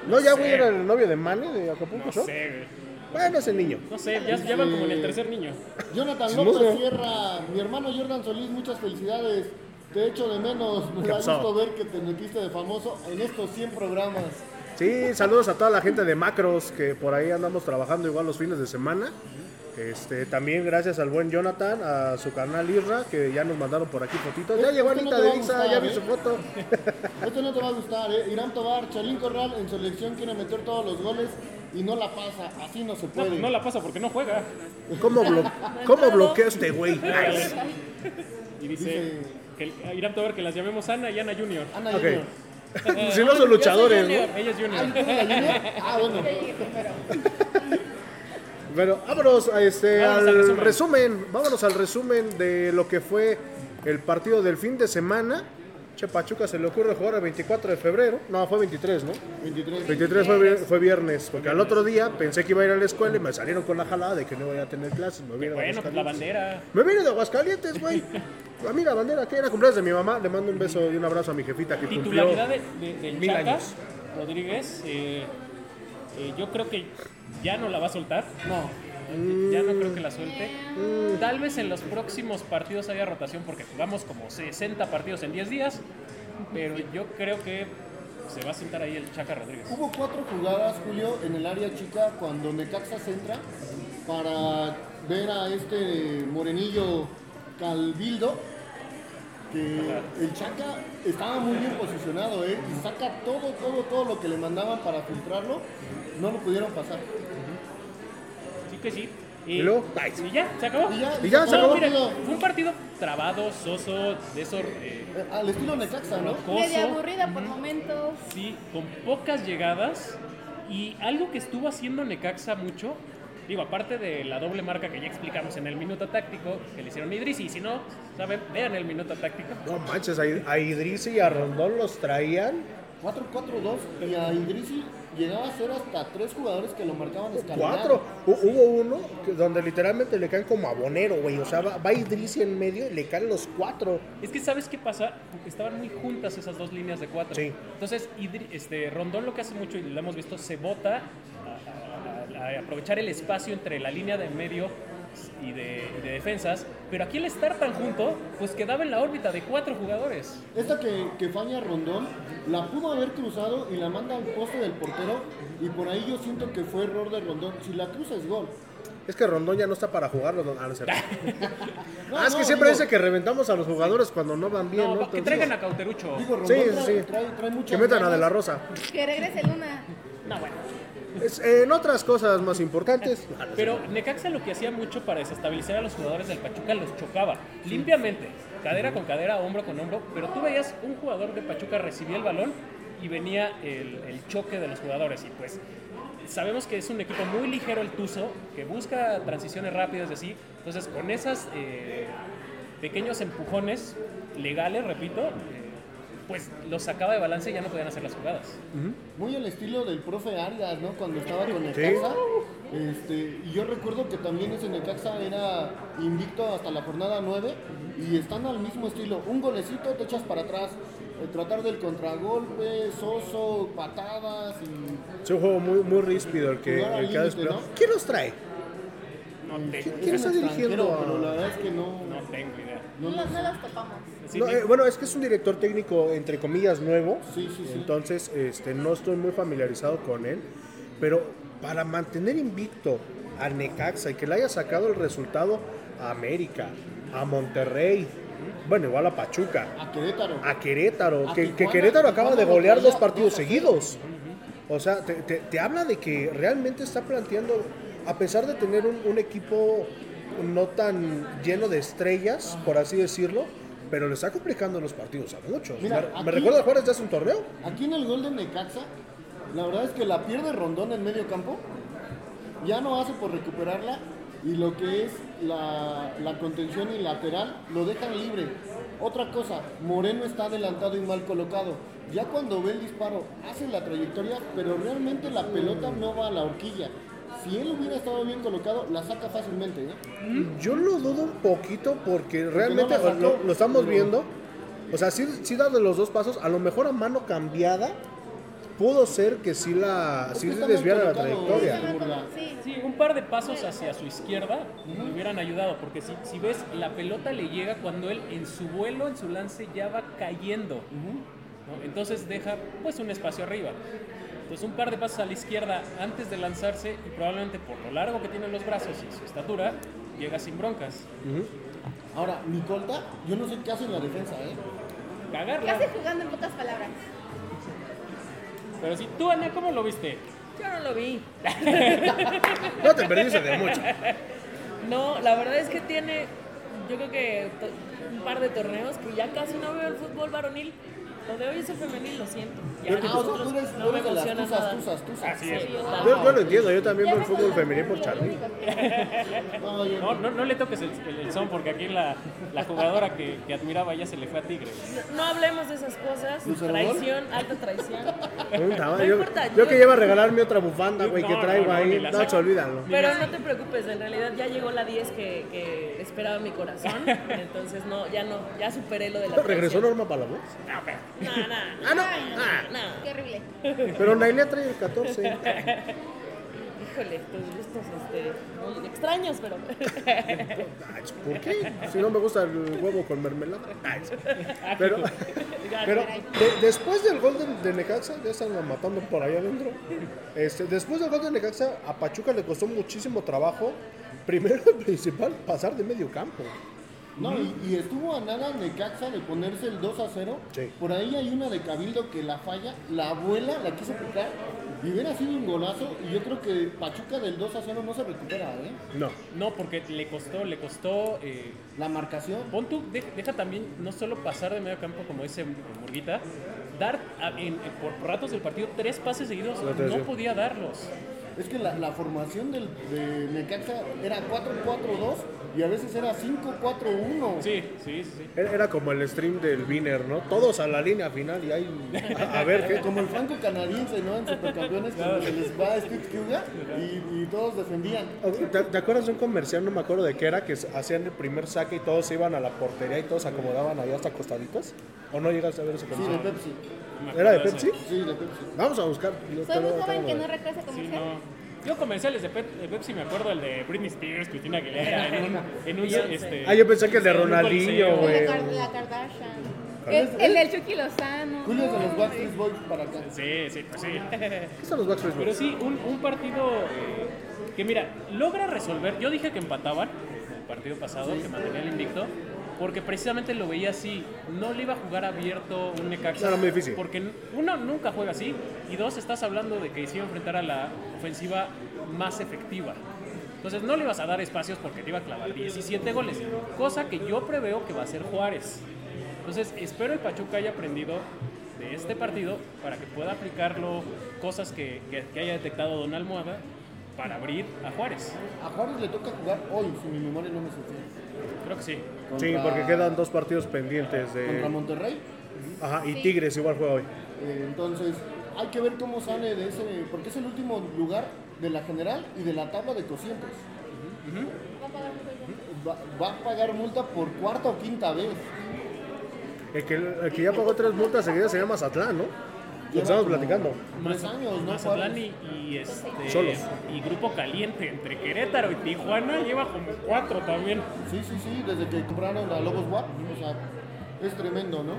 Speaker 2: No, Yahweh era el novio de Manny de Acapulco
Speaker 3: No
Speaker 2: Shore.
Speaker 3: sé, güey.
Speaker 2: Bueno, ese niño.
Speaker 3: No sé, ya, ya van como en el tercer niño.
Speaker 6: Jonathan
Speaker 2: Sin
Speaker 6: López
Speaker 2: duda.
Speaker 6: Sierra, mi hermano Jordan Solís, muchas felicidades. Te echo de menos. Me
Speaker 2: ¿Qué
Speaker 6: da
Speaker 2: pasó?
Speaker 6: gusto ver que te metiste de famoso en estos 100 programas.
Speaker 2: Sí, saludos a toda la gente de Macros que por ahí andamos trabajando igual los fines de semana. Este, también gracias al buen Jonathan, a su canal Irra, que ya nos mandaron por aquí fotitos. Ya
Speaker 6: Este
Speaker 2: llegó
Speaker 6: no
Speaker 2: Anita
Speaker 6: te va
Speaker 2: de
Speaker 6: a
Speaker 2: Ixa,
Speaker 6: gustar,
Speaker 2: ya vi
Speaker 6: ¿eh?
Speaker 2: su foto.
Speaker 6: Esto no te va a gustar, ¿eh? Irán Tobar, Chalín Corral en selección quiere meter todos los goles y no la pasa. Así no se
Speaker 3: No, pues
Speaker 6: puede.
Speaker 3: no la pasa porque no juega.
Speaker 2: ¿Cómo, blo- cómo bloqueó este güey? Ay,
Speaker 3: Y dice que el- ah, Irán Tobar que las llamemos Ana y Ana Junior.
Speaker 6: Ana
Speaker 2: Ok. [laughs]
Speaker 6: Junior.
Speaker 2: Si no son luchadores, ¿no?
Speaker 3: Ella es Junior.
Speaker 6: Ay, ¿tú eres la Junior? Ah, bueno.
Speaker 2: Bueno, vámonos a este,
Speaker 3: Vámonos
Speaker 2: al,
Speaker 3: al resumen.
Speaker 2: resumen. Vámonos al resumen de lo que fue el partido del fin de semana. Che Pachuca se le ocurre jugar el 24 de febrero. No, fue 23, ¿no?
Speaker 6: 23.
Speaker 2: 23 fue, vi- fue viernes, porque al otro día pensé que iba a ir a la escuela y me salieron con la jalada de que no iba a tener clases. Me vine de
Speaker 3: Bueno, pues la
Speaker 2: Aguascalientes.
Speaker 3: bandera.
Speaker 2: Me vine de Aguascalientes, güey. A mí la bandera, que era cumpleaños de mi mamá, le mando un beso y un abrazo a mi jefita que cumplió.
Speaker 3: Titularidad de, de- del
Speaker 2: mil
Speaker 3: Chaca
Speaker 2: años.
Speaker 3: Rodríguez, eh, eh, yo creo que ya no la va a soltar.
Speaker 5: No.
Speaker 3: Ya no
Speaker 6: Mm.
Speaker 3: creo que la suelte. Tal vez en los próximos partidos haya rotación porque jugamos como 60 partidos en 10 días, pero yo creo que se va a sentar ahí el Chaca Rodríguez.
Speaker 6: Hubo cuatro jugadas, Julio, en el área chica cuando Necaxa se entra para ver a este morenillo Calvildo. Que el Chaca estaba muy bien posicionado, ¿eh? Y saca todo, todo, todo lo que le mandaban para filtrarlo. No lo pudieron pasar.
Speaker 3: Sí que sí. Eh,
Speaker 2: ¿Y luego?
Speaker 3: y ya, se acabó.
Speaker 6: Y ya,
Speaker 2: Y ya, se acabó.
Speaker 3: Mira,
Speaker 6: Julio.
Speaker 3: fue un partido trabado, soso, de esos eh,
Speaker 6: Eh, Al estilo Necaxa, ¿no?
Speaker 3: Coso.
Speaker 4: Media aburrida por momentos.
Speaker 3: Sí, con pocas llegadas y algo que estuvo haciendo Necaxa mucho, digo, aparte de la doble marca que ya explicamos en el minuto táctico que le hicieron a Idris, y si no, saben, vean el minuto táctico.
Speaker 2: No manches, a, Id- a Idris y a Rondón los traían
Speaker 6: 4-4-2 y a Idrisi llegaba a ser hasta tres jugadores que lo marcaban escalonado.
Speaker 2: cuatro. Hu- Hubo uno que- donde literalmente le caen como abonero, güey. O sea, va, va Idrisi en medio y le caen los cuatro.
Speaker 3: Es que sabes qué pasa, estaban muy juntas esas dos líneas de cuatro.
Speaker 2: Sí.
Speaker 3: Entonces, Idri- este, Rondón lo que hace mucho, y lo hemos visto, se bota a, a- a aprovechar el espacio entre la línea de medio y de, y de defensas, pero aquí el estar tan junto, pues quedaba en la órbita de cuatro jugadores.
Speaker 6: Esta que, que falla Rondón, la pudo haber cruzado y la manda al poste del portero. Y por ahí yo siento que fue error de Rondón. Si la cruza es gol.
Speaker 2: Es que Rondón ya no está para jugarlo. don- ah, no es cierto.
Speaker 6: No,
Speaker 2: Ah, es que
Speaker 6: no,
Speaker 2: siempre
Speaker 6: digo-
Speaker 2: dice que reventamos a los jugadores cuando no van bien.
Speaker 3: No,
Speaker 2: ¿no?
Speaker 3: va- que
Speaker 2: Entonces,
Speaker 3: traigan a Cauterucho.
Speaker 6: Digo, Rondón
Speaker 2: Sí,
Speaker 6: trae,
Speaker 2: sí, sí.
Speaker 6: trae- trae muchas
Speaker 2: Que metan a
Speaker 6: ganas.
Speaker 2: De La Rosa.
Speaker 4: Que regrese Luna.
Speaker 3: No, bueno.
Speaker 2: Es- en otras cosas más
Speaker 6: [laughs]
Speaker 2: importantes.
Speaker 3: Pero Necaxa lo que hacía mucho para desestabilizar a los jugadores del Pachuca los chocaba limpiamente, cadera con cadera, hombro con hombro, pero tú veías un jugador de Pachuca recibía el balón y venía el, el choque de los jugadores y pues sabemos que es un equipo muy ligero el Tuzo, que busca transiciones rápidas y así, entonces con esas eh, pequeños empujones legales, repito, eh, pues los sacaba de balance y ya no podían hacer las jugadas.
Speaker 6: Muy al estilo del profe Arias, ¿no? Cuando estaba con Necaxa. Este, y yo recuerdo que también ese Necaxa era invicto hasta la jornada 9 y están al mismo estilo. Un golecito, te echas para atrás. eh, tratar del contragolpe, soso, patadas y...
Speaker 2: Es un juego muy, muy ríspido el que,
Speaker 6: Jugar al
Speaker 2: el que ha
Speaker 6: límite,
Speaker 2: desplegado.
Speaker 6: ¿no?
Speaker 2: ¿Quién los trae?
Speaker 3: No, te-
Speaker 2: ¿Quién
Speaker 6: Es un
Speaker 2: está dirigiendo
Speaker 6: extranjero,
Speaker 2: a-
Speaker 6: Pero la verdad es que no...
Speaker 3: no tengo idea.
Speaker 4: No, los- no los topamos.
Speaker 3: Sí,
Speaker 2: No,
Speaker 3: sí.
Speaker 2: eh, bueno, es que es un director técnico, entre comillas, nuevo.
Speaker 6: Sí, sí, sí.
Speaker 2: Entonces, este, no estoy muy familiarizado con él. Pero para mantener invicto a Necaxa y que le haya sacado el resultado a América, a Monterrey, bueno, igual a Pachuca,
Speaker 6: A Querétaro.
Speaker 2: a Querétaro,
Speaker 6: A
Speaker 2: que, que
Speaker 6: Tijuana,
Speaker 2: Querétaro acaba
Speaker 6: Tijuana
Speaker 2: de
Speaker 6: lo
Speaker 2: golear
Speaker 6: traía
Speaker 2: dos partidos
Speaker 6: dos a cero.
Speaker 2: seguidos. O sea, te, te- te habla de que realmente está planteando, a pesar de tener un, un equipo no tan lleno de estrellas, por así decirlo, pero le está complicando los partidos a muchos.
Speaker 6: Mira,
Speaker 2: me, me
Speaker 6: aquí-
Speaker 2: recuerda a Juárez de hace un torneo.
Speaker 6: Aquí en el gol de Necaxa, la verdad es que la pierde Rondón en medio campo. Ya no hace por recuperarla. Y lo que es la, la contención y lateral lo dejan libre. Otra cosa, Moreno está adelantado y mal colocado. Ya cuando ve el disparo, hace la trayectoria, pero realmente la pelota no va a la horquilla. Si él hubiera estado bien colocado, la saca fácilmente. ¿eh?
Speaker 2: Yo lo dudo un poquito porque realmente
Speaker 6: no la sacó.
Speaker 2: lo, lo estamos
Speaker 6: Pero-
Speaker 2: viendo. O sea, sí, sí da de los dos pasos, a lo mejor a mano cambiada pudo ser que sí la
Speaker 6: Es
Speaker 2: sí
Speaker 6: que está mal
Speaker 2: desviara la
Speaker 6: colocado,
Speaker 2: trayectoria.
Speaker 4: Sobre
Speaker 6: Burla.
Speaker 4: todo- Sí.
Speaker 3: Sí, un par de pasos hacia su izquierda le hubieran ayudado, porque si, si ves, la pelota le llega cuando él en su vuelo, en su lance, ya va cayendo. ¿no? Entonces deja pues un espacio arriba. Entonces un par de pasos a la izquierda antes de lanzarse y probablemente por lo largo que tienen los brazos y su estatura, llega sin broncas.
Speaker 6: Ahora, Nicolta, yo no sé qué hace en la defensa. ¿eh?
Speaker 4: ¿Qué hace
Speaker 3: Cagarla.
Speaker 4: jugando en pocas palabras?
Speaker 3: Pero si tú, Ana, ¿cómo lo viste?
Speaker 5: Yo no lo vi.
Speaker 2: No te perdiste de mucho.
Speaker 5: No, la verdad es que tiene, yo creo que to- un par de torneos que ya casi no veo el fútbol varonil. Lo de hoy es el femenil, lo siento. Y
Speaker 6: Yo
Speaker 5: a
Speaker 6: que-
Speaker 5: nosotros
Speaker 6: Ah, o sea, tú eres-
Speaker 5: no
Speaker 6: tú
Speaker 5: me
Speaker 6: eres de las
Speaker 5: emociona
Speaker 6: tusas,
Speaker 5: nada.
Speaker 6: tusas, tusas.
Speaker 3: Así es.
Speaker 5: Sí, yo la-
Speaker 2: Yo, yo lo entiendo, yo también
Speaker 4: Ya
Speaker 2: veo
Speaker 4: me
Speaker 2: el fútbol
Speaker 4: contaste
Speaker 2: femenil por
Speaker 4: lo
Speaker 2: Charlie.
Speaker 4: único que-
Speaker 6: No, yo-
Speaker 3: No, no, no le toques el, el- el son porque aquí la, la jugadora que, que admiraba ya se le fue a Tigres.
Speaker 5: No, no hablemos de esas cosas.
Speaker 6: ¿Luchador?
Speaker 5: Traición, alta traición.
Speaker 2: Un taba-
Speaker 5: No
Speaker 2: yo,
Speaker 5: importa,
Speaker 2: yo
Speaker 5: yo-
Speaker 2: que lleva a regalarme otra bufanda, güey,
Speaker 3: No,
Speaker 2: que
Speaker 3: no,
Speaker 2: traigo
Speaker 3: no, ni
Speaker 2: ahí.
Speaker 3: la
Speaker 2: No,
Speaker 3: saco.
Speaker 2: olvídalo.
Speaker 5: Pero no te preocupes, en realidad ya llegó la 10 que, que esperaba mi corazón. Entonces, no, ya no, ya superé lo de la
Speaker 2: Regresó
Speaker 5: traición.
Speaker 2: Norma Palamos.
Speaker 5: No, no,
Speaker 2: Ah, no.
Speaker 4: Ay,
Speaker 2: Ah,
Speaker 5: no.
Speaker 4: Qué horrible.
Speaker 2: pero Nailia trae el 14.
Speaker 5: Híjole, tus gustos este, muy extraños, pero. [laughs]
Speaker 2: Ay, Ah, ¿Por qué? Si no me gusta el huevo con mermelada. Ay, Pero, pero de- después del gol de, de Necaxa, ya están matando por ahí adentro. Este, después del gol de Necaxa, a Pachuca le costó muchísimo trabajo. Primero y principal, pasar de medio campo.
Speaker 6: No, y, y estuvo a nada Necaxa de ponerse el 2 a 0.
Speaker 2: Sí.
Speaker 6: Por ahí hay una de Cabildo que la falla, la abuela la quiso picar y hubiera sido un golazo. Y yo creo que Pachuca del 2 a 0 no se recupera, ¿eh?
Speaker 2: No.
Speaker 3: No, porque le costó, le costó. eh,
Speaker 6: La marcación.
Speaker 3: pon tú, de- deja también no solo pasar de medio campo como dice Murguita, dar a- en- en- por ratos del partido tres pases seguidos,
Speaker 2: La atención.
Speaker 3: no podía darlos.
Speaker 6: Es que la, la formación del, de Necaxa era 4-4-2 y a veces era 5-4-1.
Speaker 3: Sí, sí, sí. sí.
Speaker 2: Era, era como el stream del Winner, ¿no? Todos a la línea final y ahí. A, a ver qué.
Speaker 6: Como el franco canadiense, ¿no? En Supercampeones, cuando se les va a Steve Kruger y, y todos defendían.
Speaker 2: ¿Te, te acuerdas de un comercial, no me acuerdo de qué era, que hacían el primer saque y todos se iban a la portería y todos se acomodaban ahí hasta costaditos? ¿O no llegas a ver ese
Speaker 6: Sí, de
Speaker 2: comercial?
Speaker 6: Pepsi.
Speaker 3: Me
Speaker 2: ¿Era de
Speaker 3: acuerdo
Speaker 2: Pepsi?
Speaker 6: Sí, de Pepsi.
Speaker 2: Vamos a buscar. yo te
Speaker 4: Soy
Speaker 2: lo-
Speaker 4: muy
Speaker 2: te
Speaker 4: joven
Speaker 2: lo
Speaker 4: que
Speaker 2: voy
Speaker 4: no
Speaker 2: a ver.
Speaker 4: recuerda como
Speaker 3: Sí,
Speaker 4: sea.
Speaker 3: no. Yo comerciales de, Pep- de Pepsi me acuerdo el de Britney Spears, Cristina Aguilera, en un, en un este,
Speaker 2: Ah, yo pensé que el de
Speaker 3: en un
Speaker 2: Ronaldinho,
Speaker 4: El
Speaker 3: coliseo.
Speaker 4: de
Speaker 2: güey.
Speaker 4: Kar- la Kardashian. El, el del Chucky Lozano.
Speaker 6: Julio es de los
Speaker 4: Ay.
Speaker 6: Backstreet Boys para acá.
Speaker 3: Sí, sí, pues sí. [laughs]
Speaker 2: ¿Qué son los Backstreet
Speaker 3: Pero
Speaker 2: Boys?
Speaker 3: sí, un, un partido eh, que mira, logra resolver. Yo dije que empataban el partido pasado, que mantenía el invicto, porque precisamente lo veía así. No le iba a jugar abierto un Necaxa.
Speaker 2: Era muy difícil.
Speaker 3: Porque n- uno nunca juega así y dos, estás hablando de que se iba a enfrentar a la ofensiva más efectiva. Entonces no le ibas a dar espacios porque te iba a clavar 17 goles, cosa que yo preveo que va a ser Juárez. Entonces, espero el Pachuca haya aprendido de este partido para que pueda aplicarlo cosas que, que- que haya detectado Don Almohada para abrir a Juárez.
Speaker 6: A Juárez le toca jugar hoy, si mi memoria no me sucede.
Speaker 3: Creo que sí.
Speaker 2: Sí, porque quedan dos partidos pendientes
Speaker 6: Contra
Speaker 2: de.
Speaker 6: Monterrey.
Speaker 2: Ajá, y Tigres igual juega hoy.
Speaker 6: Eh, entonces, hay que ver cómo sale de ese. Porque es el último lugar de la general y de la tabla de cocientes.
Speaker 4: Va a pagar mucho yo.
Speaker 6: Va, va a pagar multa por cuarta o quinta vez.
Speaker 2: El que, el que ya pagó tres multas seguidas se llama Mazatlán, ¿no? Lo estamos platicando.
Speaker 6: Tres años, ¿no?
Speaker 3: Mazatlán
Speaker 6: Juárez?
Speaker 3: y, y, este,
Speaker 2: Solos.
Speaker 3: y Grupo Caliente entre Querétaro y Tijuana lleva como cuatro también.
Speaker 6: Sí, sí, sí, desde que compraron a Lobos WAP. O sea, es tremendo, ¿no?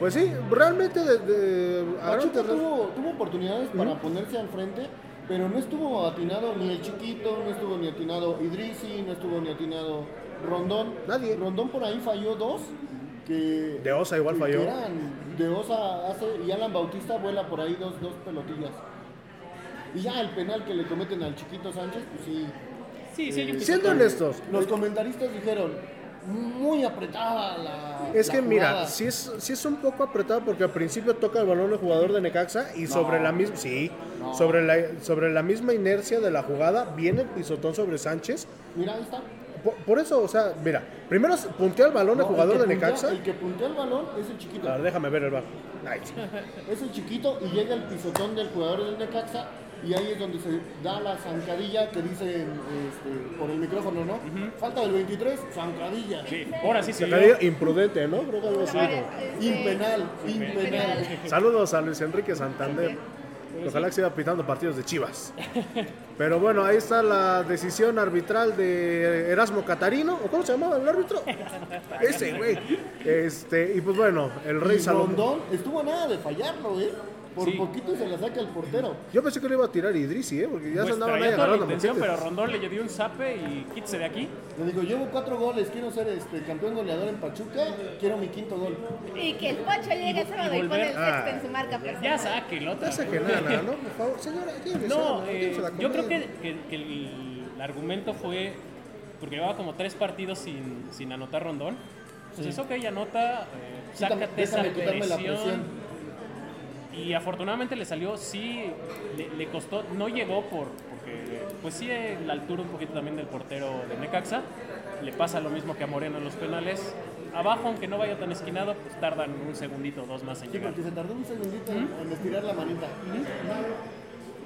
Speaker 2: Pues sí, realmente de, de- a
Speaker 6: Pachuca
Speaker 2: grandes rasgos-
Speaker 6: tuvo, tuvo oportunidades para ponerse al frente, pero no estuvo atinado ni el chiquito, no estuvo ni atinado Idrisi, no estuvo ni atinado Rondón.
Speaker 2: Nadie.
Speaker 6: Rondón por ahí falló dos. Que,
Speaker 2: De Osa igual
Speaker 6: que
Speaker 2: falló.
Speaker 6: eran de Osa hace, y Alan Bautista vuela por ahí dos, dos pelotillas. Y ya el penal que le cometen al chiquito Sánchez, pues sí.
Speaker 3: Sí, sí, hay un
Speaker 2: Siendo honestos,
Speaker 6: Los comentaristas dijeron, muy apretada la.
Speaker 2: Es
Speaker 6: la
Speaker 2: que
Speaker 6: jugada".
Speaker 2: mira, sí es, sí es un poco apretado porque al principio toca el balón el jugador de Necaxa y sobre la misma sí, sobre la sobre la misma inercia de la jugada viene el pisotón sobre Sánchez.
Speaker 6: Mira, ahí está.
Speaker 2: Por, por eso, o sea, mira, primero se puntea el balón
Speaker 6: No,
Speaker 2: el jugador
Speaker 6: que
Speaker 2: de
Speaker 6: puntea-
Speaker 2: Necaxa.
Speaker 6: El que puntea el balón es el chiquito.
Speaker 2: A ver, déjame ver el bar. Ay, sí.
Speaker 6: Es el chiquito y llega el pisotón del jugador del Necaxa y ahí es donde se da la zancadilla que dicen este, por el micrófono, ¿no? Falta del 23, zancadilla.
Speaker 3: Sí, ahora sí se
Speaker 2: Te
Speaker 3: dio.
Speaker 2: caí imprudente, ¿no? Creo que algo así.
Speaker 4: Este,
Speaker 6: Impenal, impenal.
Speaker 2: Saludos a Luis Enrique Santander. Ojalá que siga pitando partidos de Chivas. Pero bueno, ahí está la decisión arbitral de Erasmo Catarino, ¿o cómo se llamaba el árbitro? Ese, güey. Este, y pues bueno, el Rey
Speaker 6: Y
Speaker 2: Salomón.
Speaker 6: Rondón estuvo a nada de fallarlo, ¿eh? Por
Speaker 3: Sí.
Speaker 6: poquito se la saca el portero.
Speaker 2: Yo pensé que le iba a tirar Idrisi, ¿eh? Porque ya se
Speaker 3: Pues
Speaker 2: andaban ahí
Speaker 3: traía toda la
Speaker 2: agarrando
Speaker 3: intención, pero
Speaker 2: machetes.
Speaker 3: Rondón le dio un zape y quítese de aquí.
Speaker 6: Le digo, llevo cuatro goles, quiero ser este, campeón goleador en Pachuca, quiero mi quinto gol.
Speaker 4: Y que el Pocho llegue el sábado y pone el
Speaker 2: Ah.
Speaker 4: sexto en su marca personal.
Speaker 3: Ya sáquelo. otra
Speaker 2: Ya sé
Speaker 3: vez.
Speaker 2: que nada, ¿no? Por favor, señora, llévesela,
Speaker 3: No, eh,
Speaker 2: llévesela
Speaker 3: yo creo
Speaker 2: conmigo.
Speaker 3: que, que- que el, el argumento fue porque llevaba como tres partidos sin, sin anotar rondón. Entonces, ok, anota, eh,
Speaker 6: Quítame-
Speaker 3: sácate esa
Speaker 6: déjame quitarme la
Speaker 3: presión.
Speaker 6: presión.
Speaker 3: Y afortunadamente le salió, sí, le, le costó, no llegó por, porque, pues sí, eh, la altura un poquito también del portero de Necaxa. Le pasa lo mismo que a Moreno en los penales. Abajo, aunque no vaya tan esquinado, pues tardan un segundito o dos más en
Speaker 6: Sí,
Speaker 3: llegar.
Speaker 6: porque se tardó un segundito en- en estirar la manita.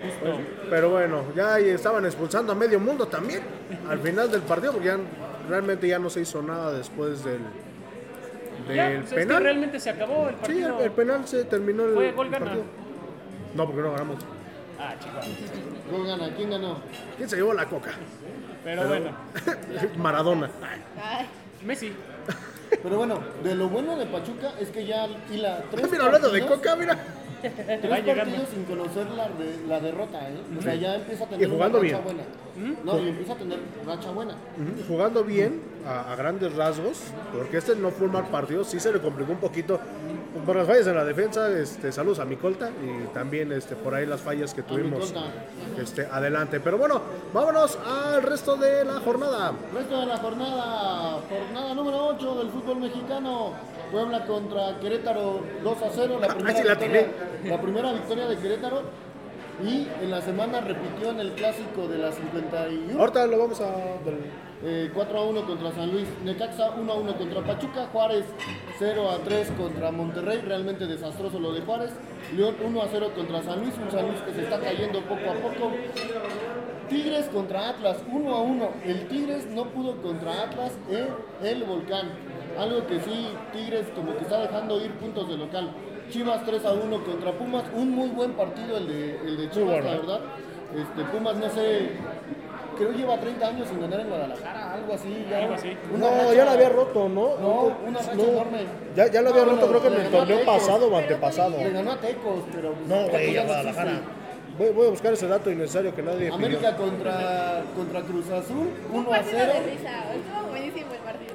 Speaker 3: Justo.
Speaker 2: Pero bueno, ya ahí estaban expulsando a medio mundo también al final del partido, porque ya realmente ya no se hizo nada después del, del
Speaker 3: Ya, pues, es que
Speaker 2: penal.
Speaker 3: realmente se acabó el
Speaker 2: sí, el,
Speaker 3: partido.
Speaker 2: el penal se terminó el,
Speaker 3: Fue gol
Speaker 2: el
Speaker 3: gana.
Speaker 2: partido. No, porque no ganamos.
Speaker 3: Ah, chicos.
Speaker 6: ¿Quién gana? ¿Quién ganó?
Speaker 2: ¿Quién se llevó la coca?
Speaker 3: Pero bueno,
Speaker 2: Maradona. Ah,
Speaker 4: Ay,
Speaker 3: Messi.
Speaker 6: Pero bueno, de lo bueno de Pachuca es que ya hila tres
Speaker 2: Mira, hablando de
Speaker 6: partidos-
Speaker 2: coca, mira.
Speaker 3: Va
Speaker 6: Tres
Speaker 3: llegando.
Speaker 6: partidos sin conocer la, de- la derrota, ¿eh? O sea, ya empieza a tener
Speaker 2: Y jugando
Speaker 6: una racha
Speaker 2: bien.
Speaker 6: buena.
Speaker 3: ¿Mm?
Speaker 6: No, y empieza a tener racha buena.
Speaker 2: Ujú, Jugando bien, a, a grandes rasgos, porque este no fue un mal partido, sí se le complicó un poquito por las fallas en la defensa, este, saludos a Micolta y también este, por ahí las fallas que tuvimos
Speaker 6: Micolta.
Speaker 2: este, adelante. Pero bueno, vámonos al resto de la jornada.
Speaker 6: Resto de la jornada, jornada número 8 del fútbol mexicano. Puebla contra Querétaro 2 a 0. La
Speaker 2: Ah,
Speaker 6: primera,
Speaker 2: sí la
Speaker 6: victoria, la primera victoria de Querétaro. Y en la semana repitió en el clásico de la 51.
Speaker 2: Ahorita lo vamos a...
Speaker 6: eh, 4 a 1 contra San Luis, Necaxa 1 a 1 contra Pachuca, Juárez 0 a 3 contra Monterrey, realmente desastroso lo de Juárez, León 1 a 0 contra San Luis, un San Luis que se está cayendo poco a poco, Tigres contra Atlas 1 a 1, el Tigres no pudo contra Atlas en eh, el volcán, algo que sí Tigres como que está dejando ir puntos de local, Chivas 3 a 1 contra Pumas, un muy buen partido el de, el de Chivas,
Speaker 2: bueno.
Speaker 3: eh.
Speaker 6: la verdad, este, Pumas no sé Creo lleva 30 años sin ganar en Guadalajara, algo así. Ya,
Speaker 3: Algo así.
Speaker 6: Una racha-
Speaker 2: roto, ¿no?
Speaker 6: No, una racha enorme.
Speaker 2: Ya, ya lo había
Speaker 6: Ah,
Speaker 2: roto
Speaker 6: bueno,
Speaker 2: creo que en el
Speaker 6: ganó a
Speaker 2: torneo
Speaker 6: Tecos.
Speaker 2: pasado o antepasado.
Speaker 6: Le ganó a Tecos, pero... pues,
Speaker 2: No, güey,
Speaker 6: Tecos
Speaker 2: ya
Speaker 6: no
Speaker 2: Guadalajara.
Speaker 6: existe.
Speaker 2: Voy, voy a buscar ese dato innecesario que nadie pidió.
Speaker 6: América contra, contra Cruz Azul,
Speaker 4: un
Speaker 6: 1 a
Speaker 4: partido
Speaker 6: 0.
Speaker 4: de risa. Estuvo buenísimo el partido.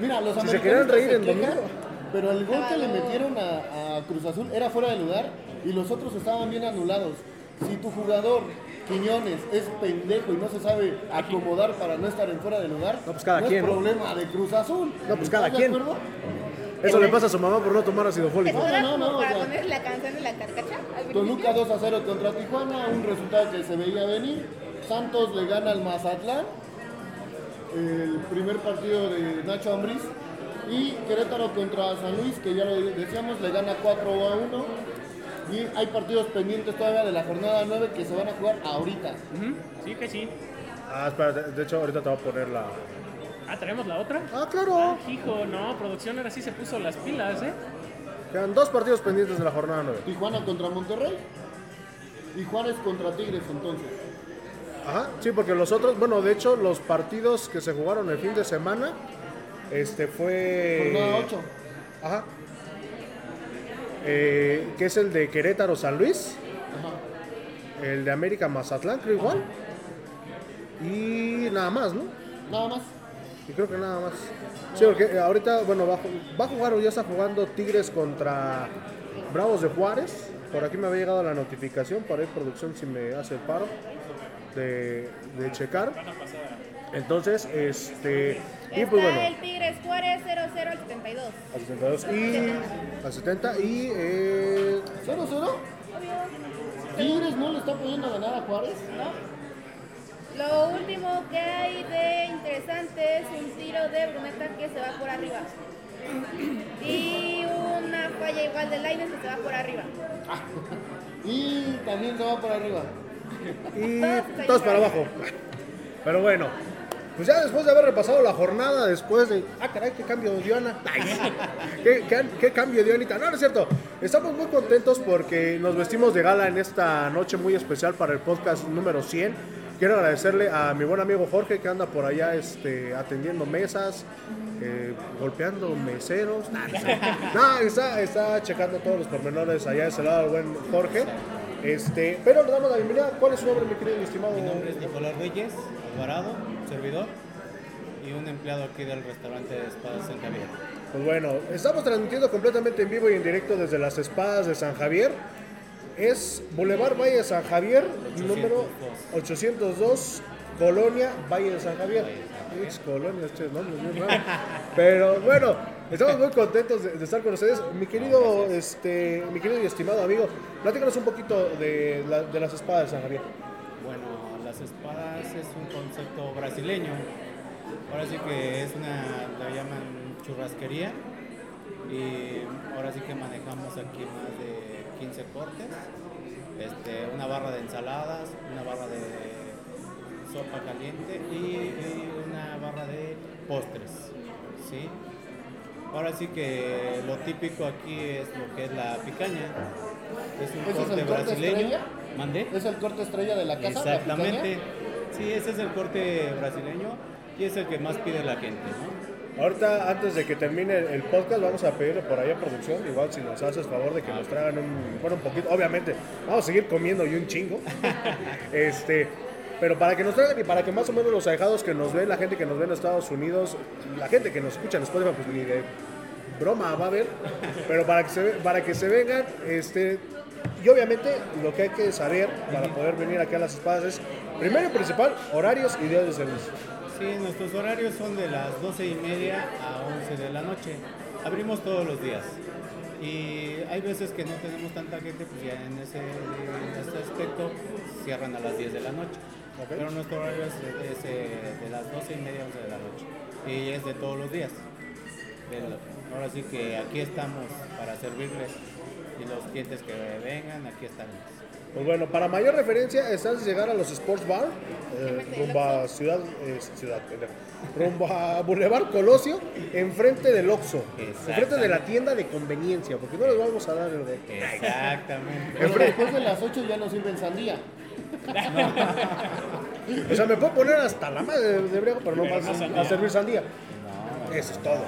Speaker 6: Mira, los
Speaker 2: Si se
Speaker 6: americanistas
Speaker 2: querían reír en
Speaker 6: quejan,
Speaker 2: domingo.
Speaker 6: Pero el gol que le
Speaker 4: Claro.
Speaker 6: metieron a, a Cruz Azul era fuera de lugar y los otros estaban bien anulados. Si tu jugador, Quiñones, es pendejo y no se sabe acomodar para no estar en fuera de lugar,
Speaker 2: No, pues, cada quien,
Speaker 6: es
Speaker 2: ¿no?
Speaker 6: problema de Cruz Azul.
Speaker 2: No, pues, cada
Speaker 6: ¿Estás de
Speaker 2: quien.
Speaker 6: acuerdo?
Speaker 2: Eso le pasa a su mamá por no tomar ácido fólico.
Speaker 4: Esto era
Speaker 6: no, no,
Speaker 4: como para
Speaker 6: o sea-
Speaker 4: poner la canción de la carcacha. al principio.
Speaker 6: Toluca 2 a 0 contra Tijuana, un resultado que se veía venir. Santos le gana al Mazatlán, el primer partido de Nacho Ambriz. Y Querétaro contra San Luis, que ya lo decíamos, le gana 4 a 1. Y hay partidos pendientes todavía de la jornada 9 que se van a jugar ahorita.
Speaker 3: Ujú, Sí que sí.
Speaker 2: Ah, espérate, de hecho ahorita te voy a poner la...
Speaker 3: Ah, ¿traemos la otra?
Speaker 2: Ah, claro.
Speaker 3: Hijo, no, producción ahora sí se puso las pilas, ¿eh?
Speaker 2: Quedan dos partidos pendientes de la jornada 9.
Speaker 6: Tijuana contra Monterrey y Juárez contra Tigres entonces.
Speaker 2: Ajá, sí, porque los otros, bueno, de hecho los partidos que se jugaron el fin de semana, este fue...
Speaker 6: Jornada 8.
Speaker 2: Ajá. Eh, que es el de Querétaro San Luis, el de América Mazatlán, creo igual. Y nada más, ¿no?
Speaker 6: Nada más.
Speaker 2: Y creo que nada más. Sí, porque eh, ahorita, bueno, va, a ju- va a jugar o ya está jugando Tigres contra Bravos de Juárez. Por aquí me había llegado la notificación, para ir producción si me hace el paro de, de checar. Entonces, este... Y
Speaker 4: Está
Speaker 2: pues bueno.
Speaker 4: el Tigres Juárez 0-0 al 72.
Speaker 2: A 72 y... A 70 y... eh,
Speaker 6: 0 0. Tigres no le está pudiendo ganar a Juárez.
Speaker 4: Lo último que hay de interesante es un tiro de Bruneta que se va por arriba. Y una falla igual de Lainez que se va por arriba.
Speaker 6: Y también se va por arriba.
Speaker 2: y
Speaker 4: Todos para
Speaker 2: todos para
Speaker 4: abajo.
Speaker 2: abajo. Pero bueno, pues ya después de haber repasado la jornada, después de. Ah, caray, qué cambio dio Ana. [laughs] ¿Qué, qué, qué cambio dio Anita. No, no es cierto. Estamos muy contentos porque nos vestimos de gala en esta noche muy especial para el podcast número 100. Quiero agradecerle a mi buen amigo Jorge que anda por allá este, atendiendo mesas, eh, golpeando meseros. Nah, no es cierto. Nah, está, está checando todos los pormenores allá de ese lado, el buen Jorge. Este, pero le damos la bienvenida. ¿Cuál es su nombre, mi querido y estimado?
Speaker 7: Mi nombre es Nicolás Reyes, Alvarado, servidor y un empleado aquí del restaurante de Espadas en Javier.
Speaker 2: Pues bueno, estamos transmitiendo completamente en vivo y en directo desde las Espadas de San Javier. Es Boulevard Valle San Javier, número 802, Colonia Valle de San Javier. Ups, Colonia, este nombre es bien raro. Pero bueno, estamos muy contentos de, de estar con ustedes. Mi querido, este, mi querido y estimado amigo, platícanos un poquito de, la- de las espadas de San Javier.
Speaker 7: Bueno, las espadas es un concepto brasileño. Ahora sí que es una, la llaman churrasquería. Y ahora sí que manejamos aquí más de 15 cortes. Este, una barra de ensaladas, una barra de sopa caliente y, y una barra de postres. ¿sí? Ahora sí que lo típico aquí es lo que es la picaña. Es un
Speaker 6: ¿Ese es el
Speaker 7: corte
Speaker 6: corte
Speaker 7: brasileño.
Speaker 6: estrella?
Speaker 7: ¿Mandé?
Speaker 6: ¿Es el corte estrella de la casa? la
Speaker 7: Exactamente.
Speaker 6: picaña?
Speaker 7: Sí, ese es el corte brasileño y es el que más pide la gente, ¿no?
Speaker 2: Ahorita, antes de que termine el- el podcast, vamos a pedirle por ahí a producción, igual si nos haces favor de que nos traigan un, bueno, un poquito, obviamente, vamos a seguir comiendo y un chingo, [laughs] este, pero para que nos traigan y para que más o menos los ahijados que nos ven, la gente que nos ve en Estados Unidos, la gente que nos escucha en Spotify, pues ni de broma va a ver, pero para que se, ve- para que se vengan, este, y obviamente lo que hay que saber para poder venir aquí a las espadas es, primero y principal, horarios y días de servicio.
Speaker 7: Sí, nuestros horarios son de las 12 y media a 11 de la noche. Abrimos todos los días. Y hay veces que no tenemos tanta gente, pues ya en ese, en ese aspecto cierran a las 10 de la noche.
Speaker 2: Ok.
Speaker 7: Pero nuestro horario es, es, eh, de las 12 y media a 11 de la noche. Y es de todos los días. Pero ahora sí que aquí estamos para servirles. Y los clientes que vengan, aquí estamos.
Speaker 2: Pues bueno, para mayor referencia están si llegar a los Sports Bar, eh, rumbo a Ciudad, eh, Ciudad, pendejo. rumbo a Boulevard Colosio, enfrente del Oxxo, enfrente de la tienda de conveniencia, porque no les vamos a dar el de...
Speaker 7: Exactamente.
Speaker 6: Pero después de las 8 ya nos sirven sandía.
Speaker 2: O sea, me puedo poner hasta la madre de, de briago, pero no
Speaker 3: Pero
Speaker 2: vas
Speaker 3: no
Speaker 2: a,
Speaker 3: sandía.
Speaker 2: a servir sandía. Eso es todo.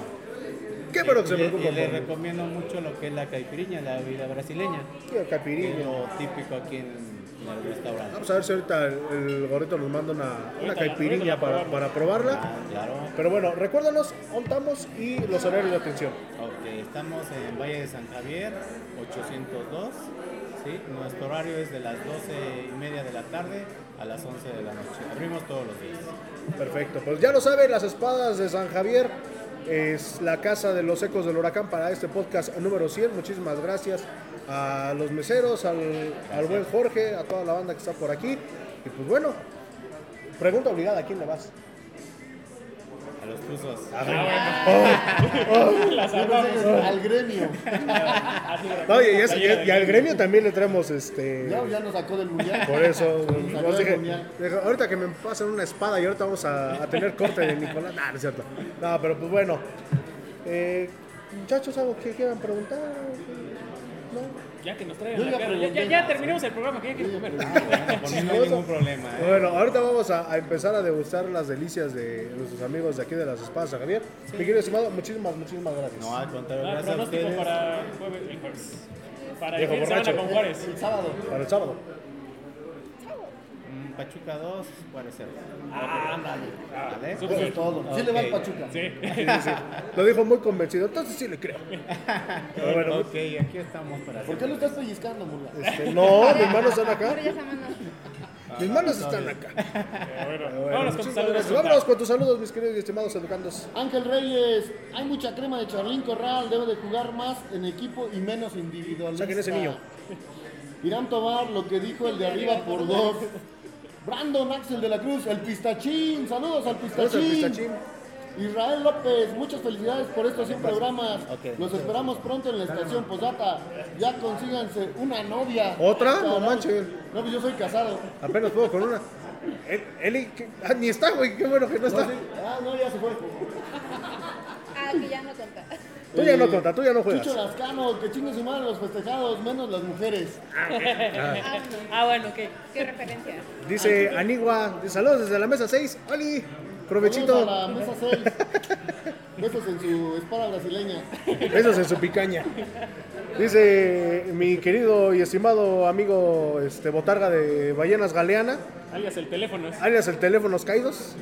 Speaker 2: Qué bueno que se
Speaker 7: Y le-
Speaker 2: preocupa
Speaker 7: y le
Speaker 2: por
Speaker 7: recomiendo mucho lo que es la caipirinha, la bebida brasileña.
Speaker 2: Tío,
Speaker 7: que es
Speaker 2: Capirinha.
Speaker 7: lo típico aquí en, en el restaurante.
Speaker 2: Vamos a ver si ahorita el, el gorrito nos manda una, una
Speaker 3: Ahorita la-
Speaker 2: caipirinha
Speaker 3: ahorita la
Speaker 2: para, para probarla.
Speaker 7: Ah, claro.
Speaker 2: Pero bueno, recuérdanos, contamos y los horarios de atención.
Speaker 7: Ok, estamos en Valle de San Javier, 802. ¿sí? Nuestro horario es de las 12 y media de la tarde a las 11 de la noche. Abrimos todos los días.
Speaker 2: Perfecto, pues ya lo saben, las espadas de San Javier es la casa de los ecos del huracán para este podcast número 100. Muchísimas gracias a los meseros, al, al buen Jorge, a toda la banda que está por aquí. Y pues bueno, pregunta obligada, ¿a quién le vas?
Speaker 7: A los cruzos.
Speaker 3: La
Speaker 6: Yo
Speaker 3: salvamos.
Speaker 6: pensé que al gremio.
Speaker 3: Así,
Speaker 2: No, y, y
Speaker 3: la
Speaker 2: es-
Speaker 3: playera
Speaker 2: y- y al
Speaker 3: del-
Speaker 2: gremio también le traemos este...
Speaker 6: Ya, ya nos sacó del mundial.
Speaker 2: Por eso,
Speaker 6: Sacó
Speaker 2: pues,
Speaker 6: del
Speaker 2: dije,
Speaker 6: mundial.
Speaker 2: dije, ahorita que me pasen una espada y ahorita vamos a, a tener corte de Nicolás. Nah, no es cierto. No, pero pues bueno. Eh, muchachos, algo que quieran preguntar. ¿No?
Speaker 3: Ya que nos traigan
Speaker 6: Yo
Speaker 3: la
Speaker 6: ya
Speaker 3: cara. Ya,
Speaker 6: pregunté.
Speaker 3: ya, ya terminemos el programa, que ya quiero comer.
Speaker 6: Ah,
Speaker 7: Bueno, por mí no hay ningún problema. ¿eh?
Speaker 2: Bueno, ahorita vamos a, a empezar a degustar las delicias de nuestros amigos de aquí de las espadas, San Javier. Mi querido estimado, muchísimas, muchísimas gracias.
Speaker 7: No, al contrario,
Speaker 3: Ah,
Speaker 7: gracias a
Speaker 3: pronóstico
Speaker 7: ustedes.
Speaker 3: para el jueves. el jueves. Para el
Speaker 2: Viejo
Speaker 3: fin de semana
Speaker 2: borracho.
Speaker 3: con Juárez.
Speaker 6: El sábado.
Speaker 2: Para el sábado.
Speaker 7: Mm, Pachuca 2, parecer.
Speaker 3: Ah, ándale. Ah,
Speaker 7: ¿Vale?
Speaker 3: súper.
Speaker 6: Eso es todo. Sí le va al
Speaker 7: Ok.
Speaker 6: Pachuca.
Speaker 3: Sí.
Speaker 2: Lo dijo muy convencido, entonces sí le creo. Pero bueno,
Speaker 7: ok, aquí estamos para
Speaker 6: ¿Por
Speaker 7: hacer.
Speaker 6: qué lo estás pellizcando, Murga?
Speaker 2: este, no, mis manos están acá.
Speaker 4: Pero ya está, mano.
Speaker 2: Mis manos están acá.
Speaker 3: Bueno,
Speaker 2: Pero bueno,
Speaker 3: vámonos con tus
Speaker 2: muchísimas gracias.
Speaker 3: saludos.
Speaker 2: Vámonos con tus saludos, mis queridos y estimados educandos.
Speaker 6: Ángel Reyes, hay mucha crema de Charlín Corral, debe de jugar más en equipo y menos individualista.
Speaker 2: Saquen ese niño.
Speaker 6: [laughs] Irán Tomar, lo que dijo el de arriba por dos. Brandon Axel de la Cruz, el pistachín, saludos al
Speaker 2: Saludos al
Speaker 6: pistachín.
Speaker 2: pistachín.
Speaker 6: Israel López, muchas felicidades por estos 100 programas.
Speaker 7: Ok.
Speaker 6: Los esperamos pronto en la estación Posata. Ya consíganse una novia.
Speaker 2: ¿Otra?
Speaker 6: Caray.
Speaker 2: No manches.
Speaker 6: No, pues yo soy casado.
Speaker 2: Apenas puedo con una. El- Eli, ¿qué? Ah, ni está, güey. Qué bueno que no está.
Speaker 6: No, sí. Ah, no, ya se fue.
Speaker 4: Ah, que ya no cuenta.
Speaker 2: Tú ya no
Speaker 6: Eh,
Speaker 2: conta, tú ya no juegas.
Speaker 6: Chucho Lascano, que chingue su madre los festejados, menos las mujeres.
Speaker 4: Ah, bueno.
Speaker 5: Ah, bueno, ok.
Speaker 4: Qué referencia.
Speaker 2: Dice Anigua, dice, saludos desde la mesa 6. Oli,
Speaker 6: Saludos
Speaker 2: provechito.
Speaker 6: A la mesa 6. Besos en su espada brasileña.
Speaker 2: Besos en su picaña. Dice mi querido y estimado amigo este, Botarga de Ballenas Galeana,
Speaker 3: Alias el teléfono. es-
Speaker 2: alias el Teléfonos Caídos.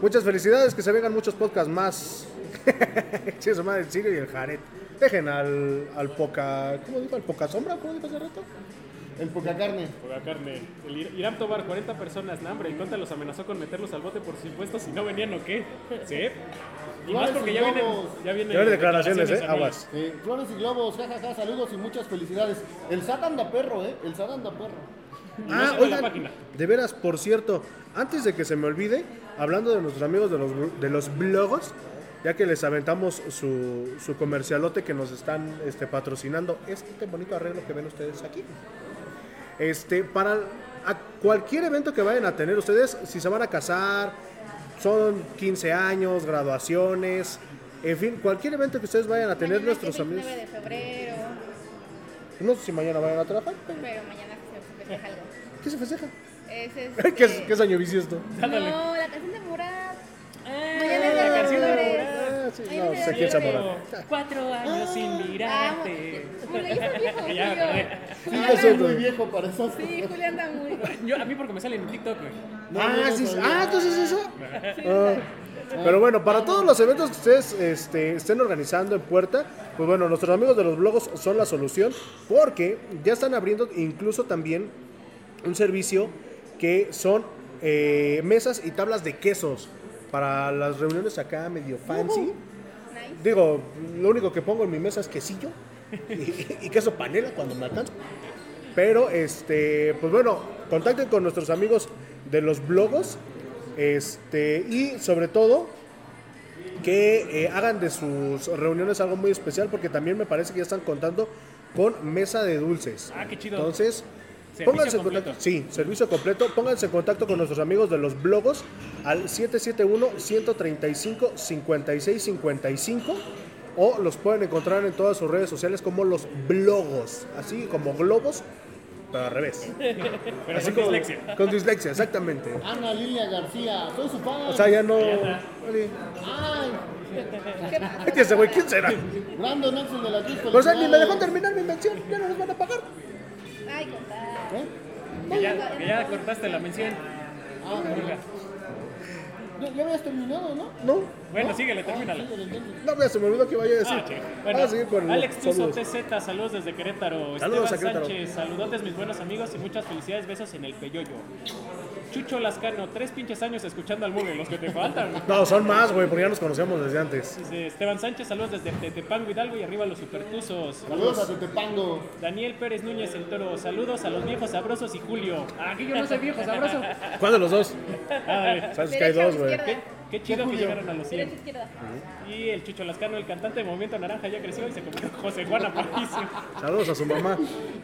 Speaker 2: Muchas felicidades, que se vengan muchos podcasts más. [laughs] Sí, su madre, el Sirio y el Jaret. Dejen al, al poca. ¿Cómo dijo? ¿Al poca sombra? ¿Cómo dijo hace rato?
Speaker 6: El poca carne.
Speaker 3: Por la carne. El Ir- Irán Tobar, 40 personas, no, hombre, y Conta los amenazó con meterlos al bote por sus impuestos si no venían o qué. Sí. Y más
Speaker 6: Flores
Speaker 3: porque
Speaker 6: y
Speaker 3: ya vienen,
Speaker 6: globos.
Speaker 3: ya vienen
Speaker 2: Ya vienen declaraciones, ¿eh?
Speaker 3: anuales.
Speaker 2: Aguas.
Speaker 6: Eh, flores y globos, jajaja, saludos y muchas felicidades. El SAT anda perro, ¿eh? El SAT anda perro.
Speaker 3: No
Speaker 2: Ah,
Speaker 3: sigo la
Speaker 2: oigan,
Speaker 3: página.
Speaker 2: de veras, por cierto, antes de que se me olvide, hablando de nuestros amigos de los, bl- de los blogos, ya que les aventamos su, su comercialote que nos están este, patrocinando, este bonito arreglo que ven ustedes aquí. Este, para a cualquier evento que vayan a tener ustedes, si se van a casar, son 15 años, graduaciones, en fin, cualquier evento que ustedes vayan a tener
Speaker 4: Mañana es el
Speaker 2: nuestros amigos.
Speaker 4: 29 de febrero,
Speaker 2: No sé si mañana vayan a trabajar, pero
Speaker 4: pero mañana se festeja algo.
Speaker 2: ¿qué se [laughs] festeja?
Speaker 4: Es
Speaker 2: ¿Qué es,
Speaker 4: este-
Speaker 2: qué es año bisiesto?
Speaker 4: No, la canción de Murat. Mañana es Día
Speaker 5: Ah,
Speaker 4: de
Speaker 3: canción de
Speaker 4: Dolores.
Speaker 2: Ah, sí,
Speaker 4: Mañana
Speaker 2: no,
Speaker 4: es Día
Speaker 2: sé
Speaker 4: de
Speaker 2: quién se
Speaker 4: Dolores.
Speaker 2: amolará.
Speaker 5: cuatro años sin
Speaker 4: Ah,
Speaker 5: mirarte.
Speaker 4: Julio, ya está
Speaker 3: [laughs]
Speaker 4: viejo,
Speaker 3: Ya,
Speaker 4: Julio.
Speaker 3: acordé.
Speaker 6: Sí, yo soy
Speaker 2: pues.
Speaker 6: muy viejo para esas
Speaker 4: Sí, Julio anda muy.
Speaker 2: [laughs]
Speaker 3: Yo, a mí porque me sale en TikTok, güey.
Speaker 2: Ah, sí, sí. ah, entonces eso. Ah, Pero bueno, para todos los eventos que ustedes este, estén organizando en Puerta, pues bueno, nuestros amigos de los blogos son la solución porque ya están abriendo incluso también un servicio que son eh, mesas y tablas de quesos para las reuniones acá medio fancy.
Speaker 4: Nice.
Speaker 2: Digo, lo único que pongo en mi mesa es quesillo y, y queso panela cuando me alcanza. Pero, este, pues bueno, contacten con nuestros amigos de los blogos. Este, y sobre todo, que eh, hagan de sus reuniones algo muy especial, porque también me parece que ya están contando con mesa de dulces.
Speaker 3: Ah, qué chido.
Speaker 2: Entonces,
Speaker 3: Servicio
Speaker 2: pónganse en
Speaker 3: completo.
Speaker 2: contacto. Sí, servicio completo. Pónganse en contacto con nuestros amigos de los blogos al 771-135-5655 o los pueden encontrar en todas sus redes sociales como los blogos, así como globos, pero al revés.
Speaker 3: Pero
Speaker 2: así
Speaker 3: [laughs] con
Speaker 2: como-
Speaker 3: dislexia.
Speaker 2: Con dislexia, exactamente.
Speaker 6: Ana Lilia García, soy su fan.
Speaker 2: O sea, ya no...
Speaker 6: Ay,
Speaker 2: Ay, ese güey, ¿quién será?
Speaker 6: Brandon Nelson de la Cruz.
Speaker 2: O sea, ni me dejó
Speaker 6: felicidades.
Speaker 2: terminar mi mención, ya no nos van a pagar.
Speaker 4: Ay, contar.
Speaker 6: ¿Eh?
Speaker 3: Que ya, que ya cortaste la mención.
Speaker 6: Ah, ya, ya habías terminado, ¿no?
Speaker 2: No,
Speaker 3: Bueno, síguele, termínala.
Speaker 6: Pero entonces,
Speaker 2: no, ya se me olvidó que vaya a decir.
Speaker 3: Ah, ok.
Speaker 2: Vamos a seguir con
Speaker 3: Bueno,
Speaker 2: los
Speaker 3: Alex Tuzo
Speaker 2: saludos.
Speaker 3: TZ, saludos desde Querétaro.
Speaker 2: Saludos a
Speaker 3: Esteban
Speaker 2: Querétaro.
Speaker 3: Sánchez, saludotes mis buenos amigos y muchas felicidades, besos en el peyoyo. Chucho Lascano, tres pinches años escuchando al mugre, los que te faltan.
Speaker 2: No, son más, güey, porque ya nos conocemos desde antes.
Speaker 3: Dice Esteban Sánchez, saludos desde Tetepango Hidalgo y arriba los supertuzos.
Speaker 6: Saludos a Tetepango.
Speaker 3: Daniel Pérez Núñez el Toro, saludos a los viejos sabrosos y Julio. Ah, que yo no soy viejo sabroso.
Speaker 2: ¿Cuál de los dos? Sabes que hay
Speaker 4: Derecha o
Speaker 2: dos, güey.
Speaker 4: izquierda.
Speaker 3: qué, qué chido que llegaron a los 100.
Speaker 4: Derecha, izquierda.
Speaker 3: Y el Chucho Lascano, el cantante de Movimiento Naranja, ya creció y se convirtió en José Juan Aparicio.
Speaker 2: Saludos a su mamá.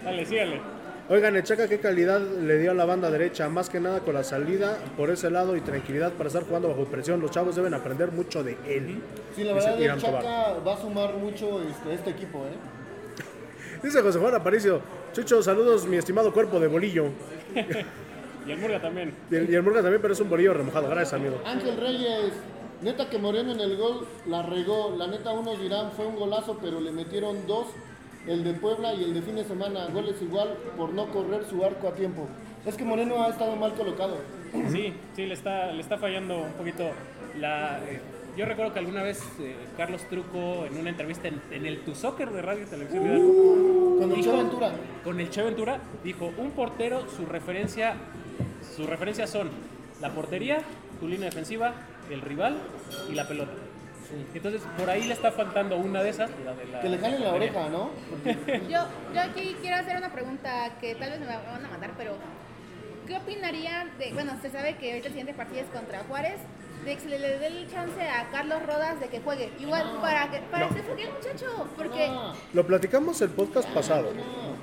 Speaker 3: Dale, sígale.
Speaker 2: Oigan, Echaca, qué calidad le dio a la banda derecha. Más que nada con la salida por ese lado y tranquilidad para estar jugando bajo presión. Los chavos deben aprender mucho de él.
Speaker 6: Sí, la
Speaker 2: Dice
Speaker 6: verdad,
Speaker 2: Irán
Speaker 6: el
Speaker 2: Tobar.
Speaker 6: Chaca va a sumar mucho este, este equipo, ¿eh?
Speaker 2: Dice José Juan Aparicio. Chucho, saludos, mi estimado cuerpo de bolillo.
Speaker 3: Y el Murga también.
Speaker 2: Y el, y el Murga también, pero es un bolillo remojado. Gracias, amigo.
Speaker 6: Ángel Reyes, neta que Moreno en el gol la regó. La neta, unos dirán fue un golazo, pero le metieron dos, el de Puebla y el de fin de semana. Goles igual por no correr su arco a tiempo. Es que Moreno ha estado mal colocado.
Speaker 3: Sí, sí, le está, le está fallando un poquito la... eh, yo recuerdo que alguna vez eh, Carlos Truco, en una entrevista en, en el Tu Soccer de Radio y Televisión de Hidalgo,
Speaker 6: Con el
Speaker 3: Hijo.
Speaker 6: Che Ventura.
Speaker 3: con el Che Ventura, dijo, un portero, su referencia, sus referencias son la portería, tu línea defensiva, el rival y la pelota. Entonces, por ahí le está faltando una de esas. la de la-
Speaker 6: Que le jalen la
Speaker 3: portería.
Speaker 6: oreja, ¿no?
Speaker 4: Yo, yo aquí quiero hacer una pregunta que tal vez me la van a matar, pero ¿qué opinarían de, bueno, se sabe que ahorita el siguiente partido es contra Juárez, de que se le dé el chance a Carlos Rodas de que juegue? Igual para que para que se fogue el muchacho, porque
Speaker 2: Lo platicamos el podcast pasado.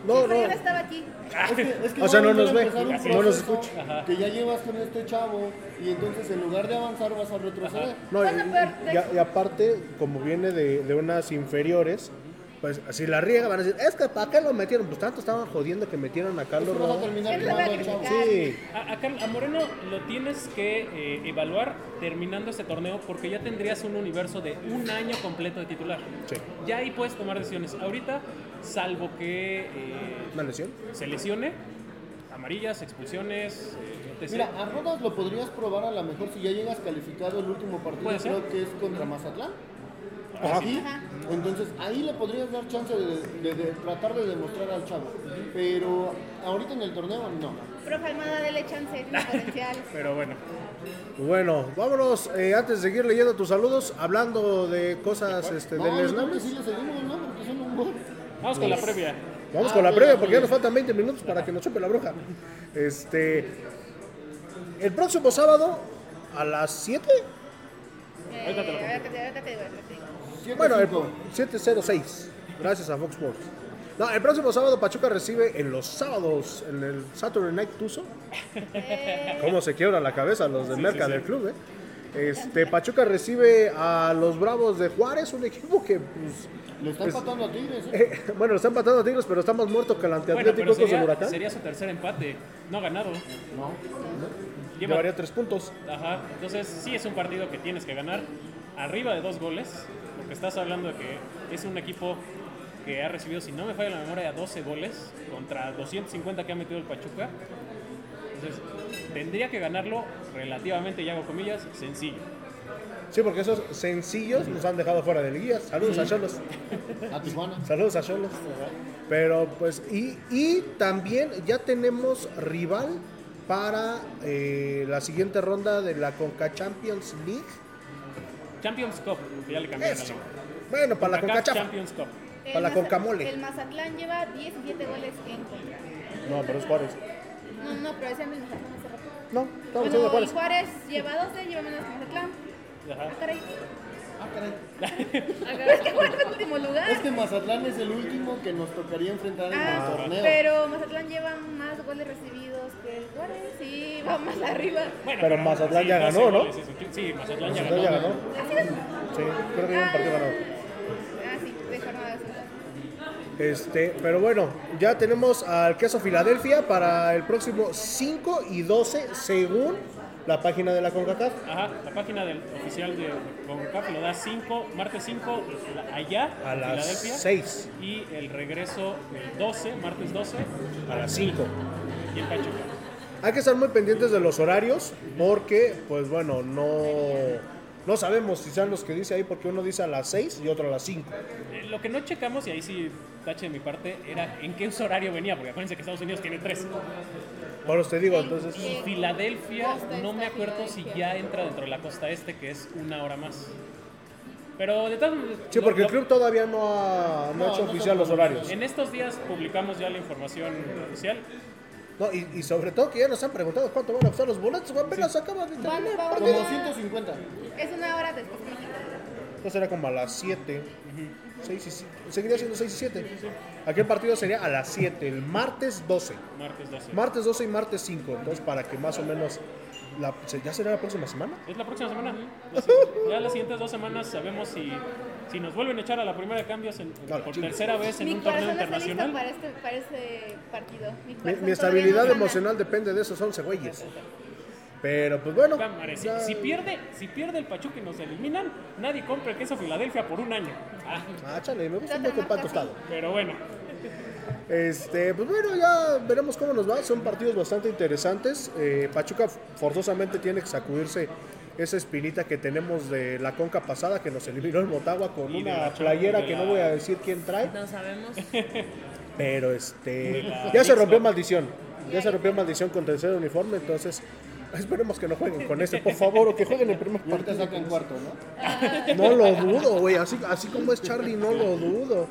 Speaker 2: No,
Speaker 4: yo
Speaker 2: no.
Speaker 4: no estaba aquí.
Speaker 6: Es que, es que
Speaker 2: O sea,
Speaker 6: va a
Speaker 2: no nos ve,
Speaker 6: empezar un
Speaker 2: así no nos
Speaker 6: proceso Que ya llevas con este chavo y entonces en lugar de avanzar vas a retroceder.
Speaker 2: No, y,
Speaker 4: Bueno, pero-
Speaker 2: y- y- y aparte, como viene de, de unas inferiores, pues si la riega van a decir, es que ¿para qué lo metieron? Pues tanto estaban jodiendo que metieron a
Speaker 6: Es
Speaker 2: Carlos
Speaker 6: que vas a
Speaker 2: Rodas.
Speaker 6: terminar
Speaker 4: Él lo va a
Speaker 6: quemando al chavo.
Speaker 4: criticar.
Speaker 2: Sí,
Speaker 3: [laughs] A, a Carl- a Moreno lo tienes que eh, evaluar terminando este torneo porque ya tendrías un universo de un año completo de titular.
Speaker 2: sí.
Speaker 3: Ya ahí puedes tomar decisiones. Ahorita, salvo que eh,
Speaker 2: ¿Una lesión?
Speaker 3: se lesione, amarillas, expulsiones, eh, etc.
Speaker 6: Mira, a Rodas lo podrías probar a lo mejor si ya llegas calificado el último partido,
Speaker 3: Puede ser.
Speaker 6: creo que es contra Mazatlán.
Speaker 3: Ah,
Speaker 6: Aquí, Entonces ahí le podrías dar chance de, de- de tratar de demostrar al chavo. Pero ahorita en el torneo no.
Speaker 4: Profe Almada, dele chance,
Speaker 3: [laughs]
Speaker 4: es un potencial.
Speaker 3: Pero bueno,
Speaker 2: Pues, Bueno, vámonos, eh, antes de seguir leyendo tus saludos, hablando de cosas este,
Speaker 6: No,
Speaker 2: del
Speaker 6: yo creo
Speaker 2: Snap.
Speaker 6: que sí le seguimos, ¿no? Porque son un gol.
Speaker 3: vamos con la
Speaker 2: Pues,
Speaker 3: previa.
Speaker 2: Vamos con
Speaker 6: Ah,
Speaker 2: la previa porque ya nos faltan 20 minutos para que nos chupe la bruja. Este. El próximo sábado a las 7.
Speaker 4: Eh,
Speaker 3: Ahorita te lo
Speaker 4: ahorita te- ahorita te digo, ahorita te digo.
Speaker 6: Siete,
Speaker 2: Bueno, eh, el
Speaker 6: cinco.
Speaker 2: 706. Gracias a Fox Sports. No, el próximo sábado Pachuca recibe en los sábados, en el Saturday Night Tuzo. ¿Cómo se quiebra la cabeza los de Merca del club, eh? Este, Pachuca recibe a los Bravos de Juárez, un equipo que, pues, [laughs]
Speaker 6: le está
Speaker 2: Pues-
Speaker 6: empatando a Tigres. ¿eh?
Speaker 2: eh, bueno, están empatando a Tigres, pero está más muerto que el
Speaker 3: Bueno,
Speaker 2: antiatlético
Speaker 3: pero
Speaker 2: Ecos del
Speaker 3: sería,
Speaker 2: Huracán.
Speaker 3: sería su tercer empate. No ganado.
Speaker 6: No.
Speaker 3: Lleva-
Speaker 2: Llevaría tres puntos.
Speaker 3: Ajá. Entonces, sí es un partido que tienes que ganar. Arriba de dos goles. Porque estás hablando de que es un equipo que ha recibido, si no me falla la memoria, 12 goles contra 250 que ha metido el Pachuca. Entonces, tendría que ganarlo relativamente, y hago comillas, sencillo.
Speaker 2: Sí, porque esos sencillos nos han dejado fuera del guía. Saludos a Cholos.
Speaker 6: [laughs] A Tijuana.
Speaker 2: Saludos a Cholos. Pero pues, y, y también ya tenemos rival para eh, la siguiente ronda de la Conca Champions League.
Speaker 3: Champions Cup, que ya le cambiaron el
Speaker 2: Eso.
Speaker 3: nombre.
Speaker 2: Bueno, para la
Speaker 3: Concacaf
Speaker 2: Conca Champions.
Speaker 3: Champions Cup.
Speaker 4: El
Speaker 2: Para la
Speaker 4: Maza-
Speaker 2: Concamole.
Speaker 4: El Mazatlán lleva 17 goles en contra.
Speaker 2: No, pero es Juárez.
Speaker 4: No, no, pero decían el Mazatlán hace rato.
Speaker 2: No, estamos
Speaker 4: Bueno,
Speaker 2: diciendo
Speaker 4: y
Speaker 2: Juárez.
Speaker 4: Juárez lleva 12, lleva menos que Mazatlán.
Speaker 3: Ajá.
Speaker 4: Ah, caray.
Speaker 6: Ah,
Speaker 4: [laughs]
Speaker 6: caray.
Speaker 4: Es que Juárez es el último lugar.
Speaker 6: Es que Mazatlán es el último que nos tocaría enfrentar en
Speaker 4: Ah,
Speaker 6: el torneo.
Speaker 4: pero Mazatlán lleva más goles recibidos que el Juárez y va más arriba.
Speaker 6: Ah,
Speaker 3: Bueno,
Speaker 2: Pero Mazatlán ya ganó,
Speaker 3: 12
Speaker 2: ¿no?
Speaker 3: goles hizo. Sí, Mazatlán ya
Speaker 2: Entonces
Speaker 3: ganó.
Speaker 2: ya ganó.
Speaker 4: ¿Ha sido?
Speaker 2: Sí, creo que ya un partido ganado.
Speaker 4: Ah, sí, de jornada sola.
Speaker 2: Este, pero bueno, ya tenemos al queso Filadelfia para el próximo 5 y 12 según la página de la CONCACAF.
Speaker 3: Ajá, la página del oficial de CONCACAF lo da 5, martes 5, allá,
Speaker 2: A
Speaker 3: en
Speaker 2: las
Speaker 3: Filadelfia.
Speaker 2: 6,
Speaker 3: Y el regreso el 12, martes 12,
Speaker 2: a las 5.
Speaker 3: y el Pachuca.
Speaker 2: Hay que estar muy pendientes de los horarios porque, pues bueno, no, no sabemos si sean los que dice ahí porque uno dice a las 6 y otro a las 5.
Speaker 3: Eh, Lo que no checamos, y ahí sí tache de mi parte, era en qué uso horario venía, porque acuérdense que Estados Unidos tiene 3.
Speaker 2: Bueno, te digo, entonces...
Speaker 3: Y Filadelfia,
Speaker 4: Costa
Speaker 3: no
Speaker 4: está
Speaker 3: me acuerdo si
Speaker 4: Filadelfia.
Speaker 3: ya entra dentro de la costa este, que es una hora más. Pero de todas maneras,
Speaker 2: Sí,
Speaker 3: lo-
Speaker 2: porque el
Speaker 3: lo-
Speaker 2: club todavía no ha, no ha hecho oficial los horarios.
Speaker 3: En estos días publicamos ya la información oficial.
Speaker 2: No, y, y sobre todo que ya nos han preguntado cuánto van a costar los boletos. güey, Apenas acaban de
Speaker 4: ¿Cuándo
Speaker 2: terminar.
Speaker 4: vamos
Speaker 6: Como
Speaker 4: a-
Speaker 6: 150.
Speaker 4: Es una hora después de México.
Speaker 2: Esto será como a las 7. Seguiría siendo 6 y 7. Aquí el partido sería a las 7, el martes 12.
Speaker 3: Martes 12.
Speaker 2: Martes 12 y martes 5. Entonces, para que más o menos. la- se- ¿Ya será la próxima semana?
Speaker 3: Es la próxima semana. La si- Ya las siguientes dos semanas sabemos si, si nos vuelven a echar a la primera de cambios en- en-
Speaker 2: A la
Speaker 3: por
Speaker 2: chinga.
Speaker 3: tercera vez en
Speaker 4: Mi
Speaker 3: un torneo
Speaker 4: corazón está listo
Speaker 3: internacional.
Speaker 4: para este, para este partido.
Speaker 2: Mi,
Speaker 4: Mi,
Speaker 2: mi
Speaker 4: corazón todavía no
Speaker 2: estabilidad
Speaker 4: gana.
Speaker 2: emocional depende de esos 11 güeyes. Pero pues bueno.
Speaker 3: Cámara, si,
Speaker 2: ya-
Speaker 3: si pierde, si pierde el Pachuca y nos eliminan, nadie compra el queso Filadelfia por un año. Ah,
Speaker 2: Ah, chale, me gusta
Speaker 4: Otra
Speaker 2: un con pan
Speaker 4: marca, sí.
Speaker 2: tostado.
Speaker 3: pero bueno,
Speaker 2: Este, pues bueno, ya veremos cómo nos va. Son partidos bastante interesantes. Eh, Pachuca forzosamente tiene que sacudirse esa espinita que tenemos de la conca pasada que nos eliminó el Motagua con
Speaker 3: Y de
Speaker 2: una
Speaker 3: la- y
Speaker 2: playera
Speaker 3: de
Speaker 2: que
Speaker 3: la-
Speaker 2: no voy a decir quién trae,
Speaker 5: No sabemos.
Speaker 2: pero este
Speaker 3: la
Speaker 2: ya se rompió
Speaker 3: Mixco.
Speaker 2: maldición. Ya se rompió maldición con tercer uniforme, entonces [laughs] esperemos que no jueguen con ese, por favor, o que jueguen el primer
Speaker 6: Y ahorita
Speaker 2: partido.
Speaker 6: sacan cuarto, ¿no?
Speaker 2: No lo dudo, güey, así, así como es Charlie, no lo dudo.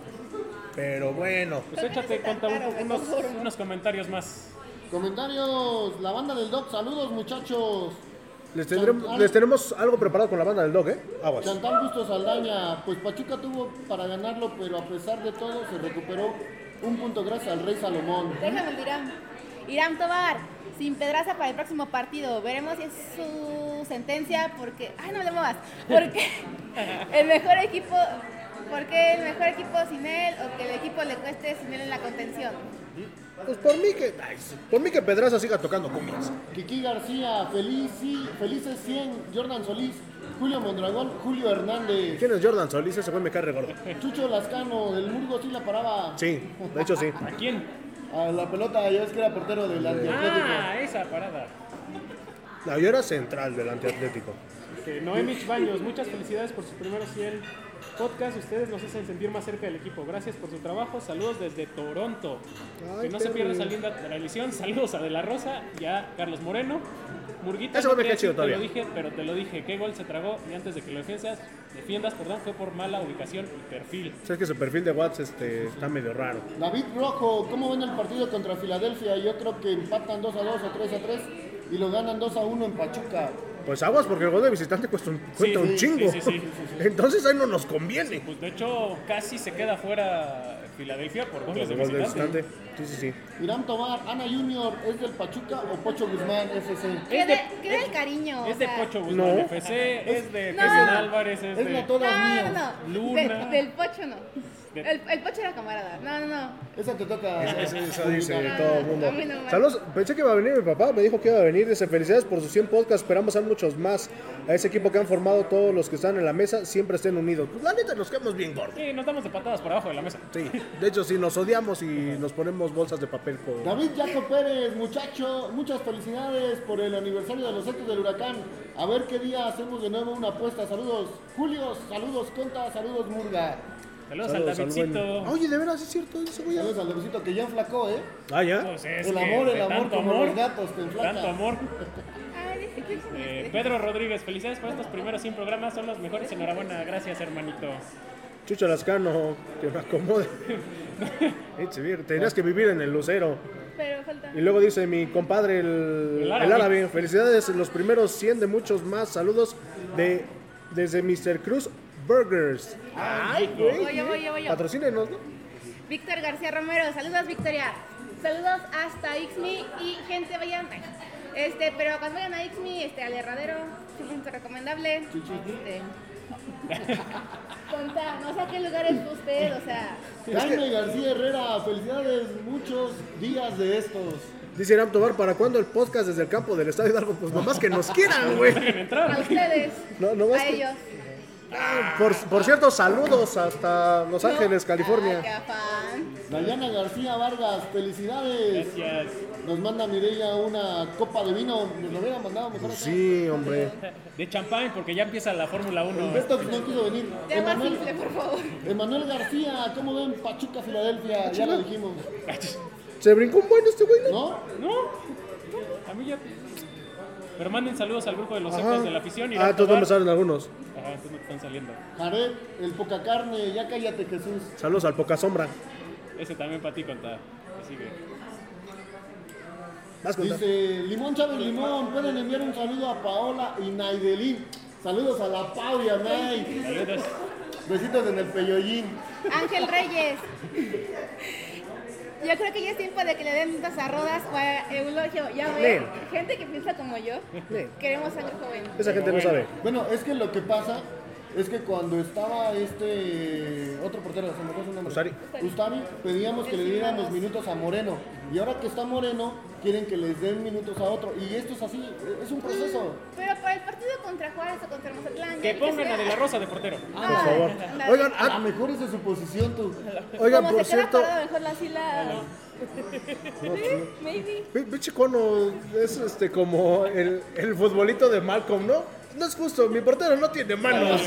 Speaker 2: Pero bueno,
Speaker 3: pues échate cuenta un- unos, unos comentarios más.
Speaker 6: Comentarios. La banda del Doc. Saludos, muchachos.
Speaker 2: les, tendremos, les tenemos algo preparado con la banda del Dog, ¿eh? Aguas.
Speaker 6: Chantal Justo Saldaña, pues Pachuca tuvo para ganarlo, pero a pesar de todo se recuperó un punto gracias al Rey Salomón.
Speaker 4: Déjame el de Irán. Irán Tobar, sin pedraza para el próximo partido. Veremos si es su sentencia porque. ¡Ay, no me lo muevas!
Speaker 3: [laughs]
Speaker 4: Porque el mejor equipo. Porque el mejor equipo sin él o que el equipo le cueste sin él en la contención.
Speaker 2: Pues por mí que. ay, sí, por mí que Pedraza siga tocando cumbias.
Speaker 6: Kiki García, feliz, sí, felices 100, Jordan Solís, Julio Mondragón, Julio Hernández,
Speaker 2: ¿Quién es Jordan Solís? Ese güey me cae re gordo.
Speaker 6: Chucho Lascano, del Murgo sí la paraba
Speaker 2: Sí, de hecho sí.
Speaker 3: ¿A quién?
Speaker 6: a la pelota, ya ves que era portero del Antiatlético.
Speaker 3: Ah, esa parada.
Speaker 2: No, yo era central del antiatlético.
Speaker 3: Este, Noemich Baños, muchas felicidades por su primeros 100 podcast. Ustedes nos hacen sentir más cerca del equipo. Gracias por su trabajo. Saludos desde Toronto.
Speaker 2: Ay,
Speaker 3: que no se
Speaker 2: qué
Speaker 3: pierda
Speaker 2: rico.
Speaker 3: esa linda tradición. Saludos a De La Rosa y a Carlos Moreno. Murguita,
Speaker 2: Ese
Speaker 3: no
Speaker 2: güey me
Speaker 3: quería
Speaker 2: cae chido
Speaker 3: decir, te lo
Speaker 2: todavía.
Speaker 3: dije, pero te lo dije. ¿Qué gol se tragó? Y antes de que lo defiendas, defiendas perdón, fue por mala ubicación y perfil.
Speaker 2: Sabes que su perfil de Watts este, está medio raro.
Speaker 6: David Rojo, ¿cómo ven el partido contra Filadelfia? Yo creo que empatan 2 a 2 o 3 a 3 y lo ganan 2 a 1 en Pachuca.
Speaker 2: Pues aguas, porque el gol de visitante cuesta un, cuenta
Speaker 3: sí,
Speaker 2: un chingo.
Speaker 3: sí, sí, sí.
Speaker 2: [laughs] Entonces ahí no nos conviene.
Speaker 3: Pues de hecho, casi se queda fuera Filadelfia por goles de
Speaker 2: El gol de
Speaker 3: visitante.
Speaker 2: visitante. Sí, sí, sí.
Speaker 6: Irán Tobar, Ana Junior, ¿es del Pachuca o Pocho Guzmán FC?
Speaker 4: ¿Qué,
Speaker 3: Es de-
Speaker 4: de- qué del cariño?
Speaker 3: Es
Speaker 4: o
Speaker 3: de
Speaker 4: sea.
Speaker 3: Pocho Guzmán
Speaker 2: No.
Speaker 3: FC, es de
Speaker 4: No.
Speaker 3: Kevin Álvarez, es
Speaker 6: Es
Speaker 3: de...
Speaker 6: la todas
Speaker 4: No,
Speaker 6: mías.
Speaker 4: no, no.
Speaker 3: Luna.
Speaker 4: De- del Pocho no.
Speaker 3: De-
Speaker 4: El, el Pocho era camarada. No, no, no.
Speaker 6: Esa te toca.
Speaker 2: Eso dice
Speaker 4: Ah,
Speaker 2: todo el mundo.
Speaker 4: a mí no me-
Speaker 2: Saludos. Pensé que iba a venir mi papá, me dijo que iba a venir. Dice, felicidades por sus 100 podcasts, esperamos a muchos más. A ese equipo que han formado todos los que están en la mesa, siempre estén unidos. Pues la neta nos quedamos bien gordos.
Speaker 3: Sí, nos damos de patadas por abajo de la mesa.
Speaker 2: Sí. De hecho, sí, nos odiamos y nos ponemos bolsas de papel con...
Speaker 6: David Jaco Pérez, muchacho, muchas felicidades por el aniversario de los Ecos del Huracán. A ver qué día hacemos de nuevo una apuesta. Saludos, Julio, saludos, Conta, saludos, Murga.
Speaker 3: Saludos,
Speaker 2: Saludos
Speaker 3: al
Speaker 2: al buen-
Speaker 3: Davidcito.
Speaker 2: Oye, de veras, es cierto, eso voy a...
Speaker 6: Saludos al Davidcito que ya enflacó, ¿eh?
Speaker 2: Ah, ya.
Speaker 3: Pues es
Speaker 6: El
Speaker 3: que
Speaker 6: amor, el
Speaker 3: de
Speaker 6: amor,
Speaker 3: tanto
Speaker 6: como
Speaker 3: amor,
Speaker 6: los gatos, te enflaca.
Speaker 3: Tanto amor.
Speaker 4: Ay, dice que este, es un
Speaker 3: Eh,
Speaker 4: estrés.
Speaker 3: Pedro Rodríguez, felicidades por estos primeros 100 programas, son los mejores, enhorabuena, gracias hermanito.
Speaker 2: Chucho Lascano, que me acomode. Eche, vir, Tenías que vivir en el lucero.
Speaker 4: Pero falta.
Speaker 2: Y luego dice mi compadre, el,
Speaker 3: El
Speaker 2: el
Speaker 3: árabe.
Speaker 2: árabe. Felicidades, los primeros 100 de muchos más. Saludos de, desde Mr. Cruz Burgers. Ay,
Speaker 4: Voy yo, voy yo, voy yo.
Speaker 2: Patrocínenos, ¿no?
Speaker 4: Víctor García Romero, saludos Victoria. Saludos hasta Ixmi y gente vayan. ay, Este, pero cuando vayan a Ixmi, este, al herradero, siempre es recomendable. Este, contar, no sé a qué lugar es usted, o sea,
Speaker 6: Jaime García Herrera, felicidades, muchos días de estos.
Speaker 2: Dice Irán Tobar, ¿para cuándo el podcast desde el campo del Estadio Hidalgo? Pues nomás que nos quieran, güey.
Speaker 4: a ustedes,
Speaker 2: No, no vas
Speaker 4: a
Speaker 2: que-
Speaker 4: ellos.
Speaker 2: Por, por cierto, saludos hasta Los
Speaker 4: ¿no? Ah,
Speaker 2: Ángeles,
Speaker 4: Ay, qué
Speaker 2: California.
Speaker 4: afán.
Speaker 6: Dayana García Vargas, felicidades.
Speaker 3: Gracias.
Speaker 6: Nos manda Mireya una copa de vino, nos lo hubiera mandado mejor acá.
Speaker 2: Pues Sí, hombre.
Speaker 3: De champán, porque ya empieza la Fórmula 1.
Speaker 6: Beto no quiso venir.
Speaker 4: Ya más
Speaker 6: Emanuel-
Speaker 4: simple, por favor.
Speaker 6: Emanuel García, ¿cómo ven Pachuca, Filadelfia? Ya lo dijimos,
Speaker 2: Se brincó un buen este güey, ¿no?
Speaker 6: ¿no?
Speaker 3: No, a mí ya. Pero manden saludos al grupo de los ecos de la afición. Irán
Speaker 2: Ah, todos
Speaker 3: Tobar.
Speaker 2: me salen algunos.
Speaker 3: Ajá, entonces no están saliendo.
Speaker 6: Jared, el poca carne, ya cállate Jesús.
Speaker 2: Saludos al Poca Sombra.
Speaker 3: Ese también para ti, contar. Así que.
Speaker 2: Vas con
Speaker 6: Dice Este, Limón Chávez Limón, pueden enviar un saludo a Paola y Naidelín. Saludos a la Pau y a Nay.
Speaker 3: Saludos.
Speaker 6: Besitos en el peyollín.
Speaker 4: Ángel Reyes. Yo creo que ya es tiempo de que le den unas a Rodas o a Eulogio. Ya ven,
Speaker 2: Ven.
Speaker 4: gente que piensa como yo,
Speaker 2: Ven.
Speaker 4: queremos sangre joven.
Speaker 2: Esa gente no sabe.
Speaker 6: Bueno, es que lo que pasa es que cuando estaba este otro portero, se me fue su nombre.
Speaker 2: Ustari.
Speaker 6: Ustari, pedíamos que le diéramos minutos a Moreno. Y ahora que está Moreno, quieren que les den minutos a otro. Y esto es así, es un proceso.
Speaker 4: Pero para el partido contra Juárez o contra Mazatlán.
Speaker 3: Que
Speaker 4: ya
Speaker 3: pongan
Speaker 4: sea-
Speaker 3: a De La Rosa de portero.
Speaker 4: Ah,
Speaker 2: Por favor.
Speaker 4: ándale.
Speaker 2: Oigan,
Speaker 6: A
Speaker 2: ah,
Speaker 6: lo mejor esa es su posición tú.
Speaker 2: Oigan,
Speaker 4: Como
Speaker 2: por
Speaker 4: se queda
Speaker 2: cierto,
Speaker 4: parado, mejor la sila. Sí, Maybe.
Speaker 2: pi- pinche cono es este como el, el futbolito de Malcolm, ¿no? No es justo, mi portero no tiene manos.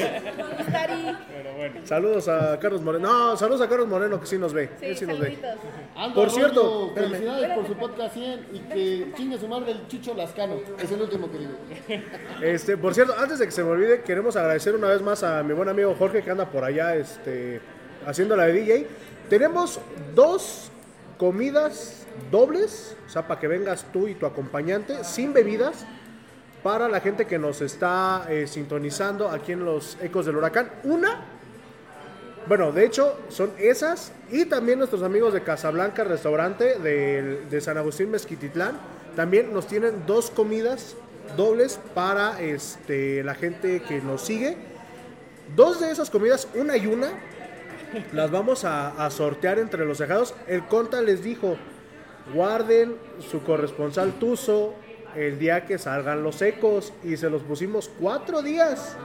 Speaker 4: Tari.
Speaker 3: Pero bueno.
Speaker 2: Saludos a Carlos Moreno. No, saludos a Carlos Moreno que sí nos ve.
Speaker 4: Sí,
Speaker 2: él sí nos ve.
Speaker 4: saluditos.
Speaker 6: Aldo
Speaker 2: Por cierto,
Speaker 6: Arroyo,
Speaker 2: espérame.
Speaker 6: felicidades por su podcast 100 y que chingue su madre el Chicho Lascano. Es el último que digo.
Speaker 2: Este, por cierto, antes de que se me olvide, queremos agradecer una vez más a mi buen amigo Jorge que anda por allá este, haciendo la de DJ. Tenemos dos comidas dobles, o sea, para que vengas tú y tu acompañante, sin bebidas, para la gente que nos está eh, sintonizando aquí en los Ecos del Huracán. Una, bueno, de hecho, son esas y también nuestros amigos de Casablanca Restaurante del- de, San Agustín Mezquititlán. También nos tienen dos comidas dobles para este, la gente que nos sigue. Dos de esas comidas, una y una, las vamos a, a sortear entre los dejados. El Conta les dijo, guarden su corresponsal Tuzo el día que salgan los ecos y se los pusimos cuatro días.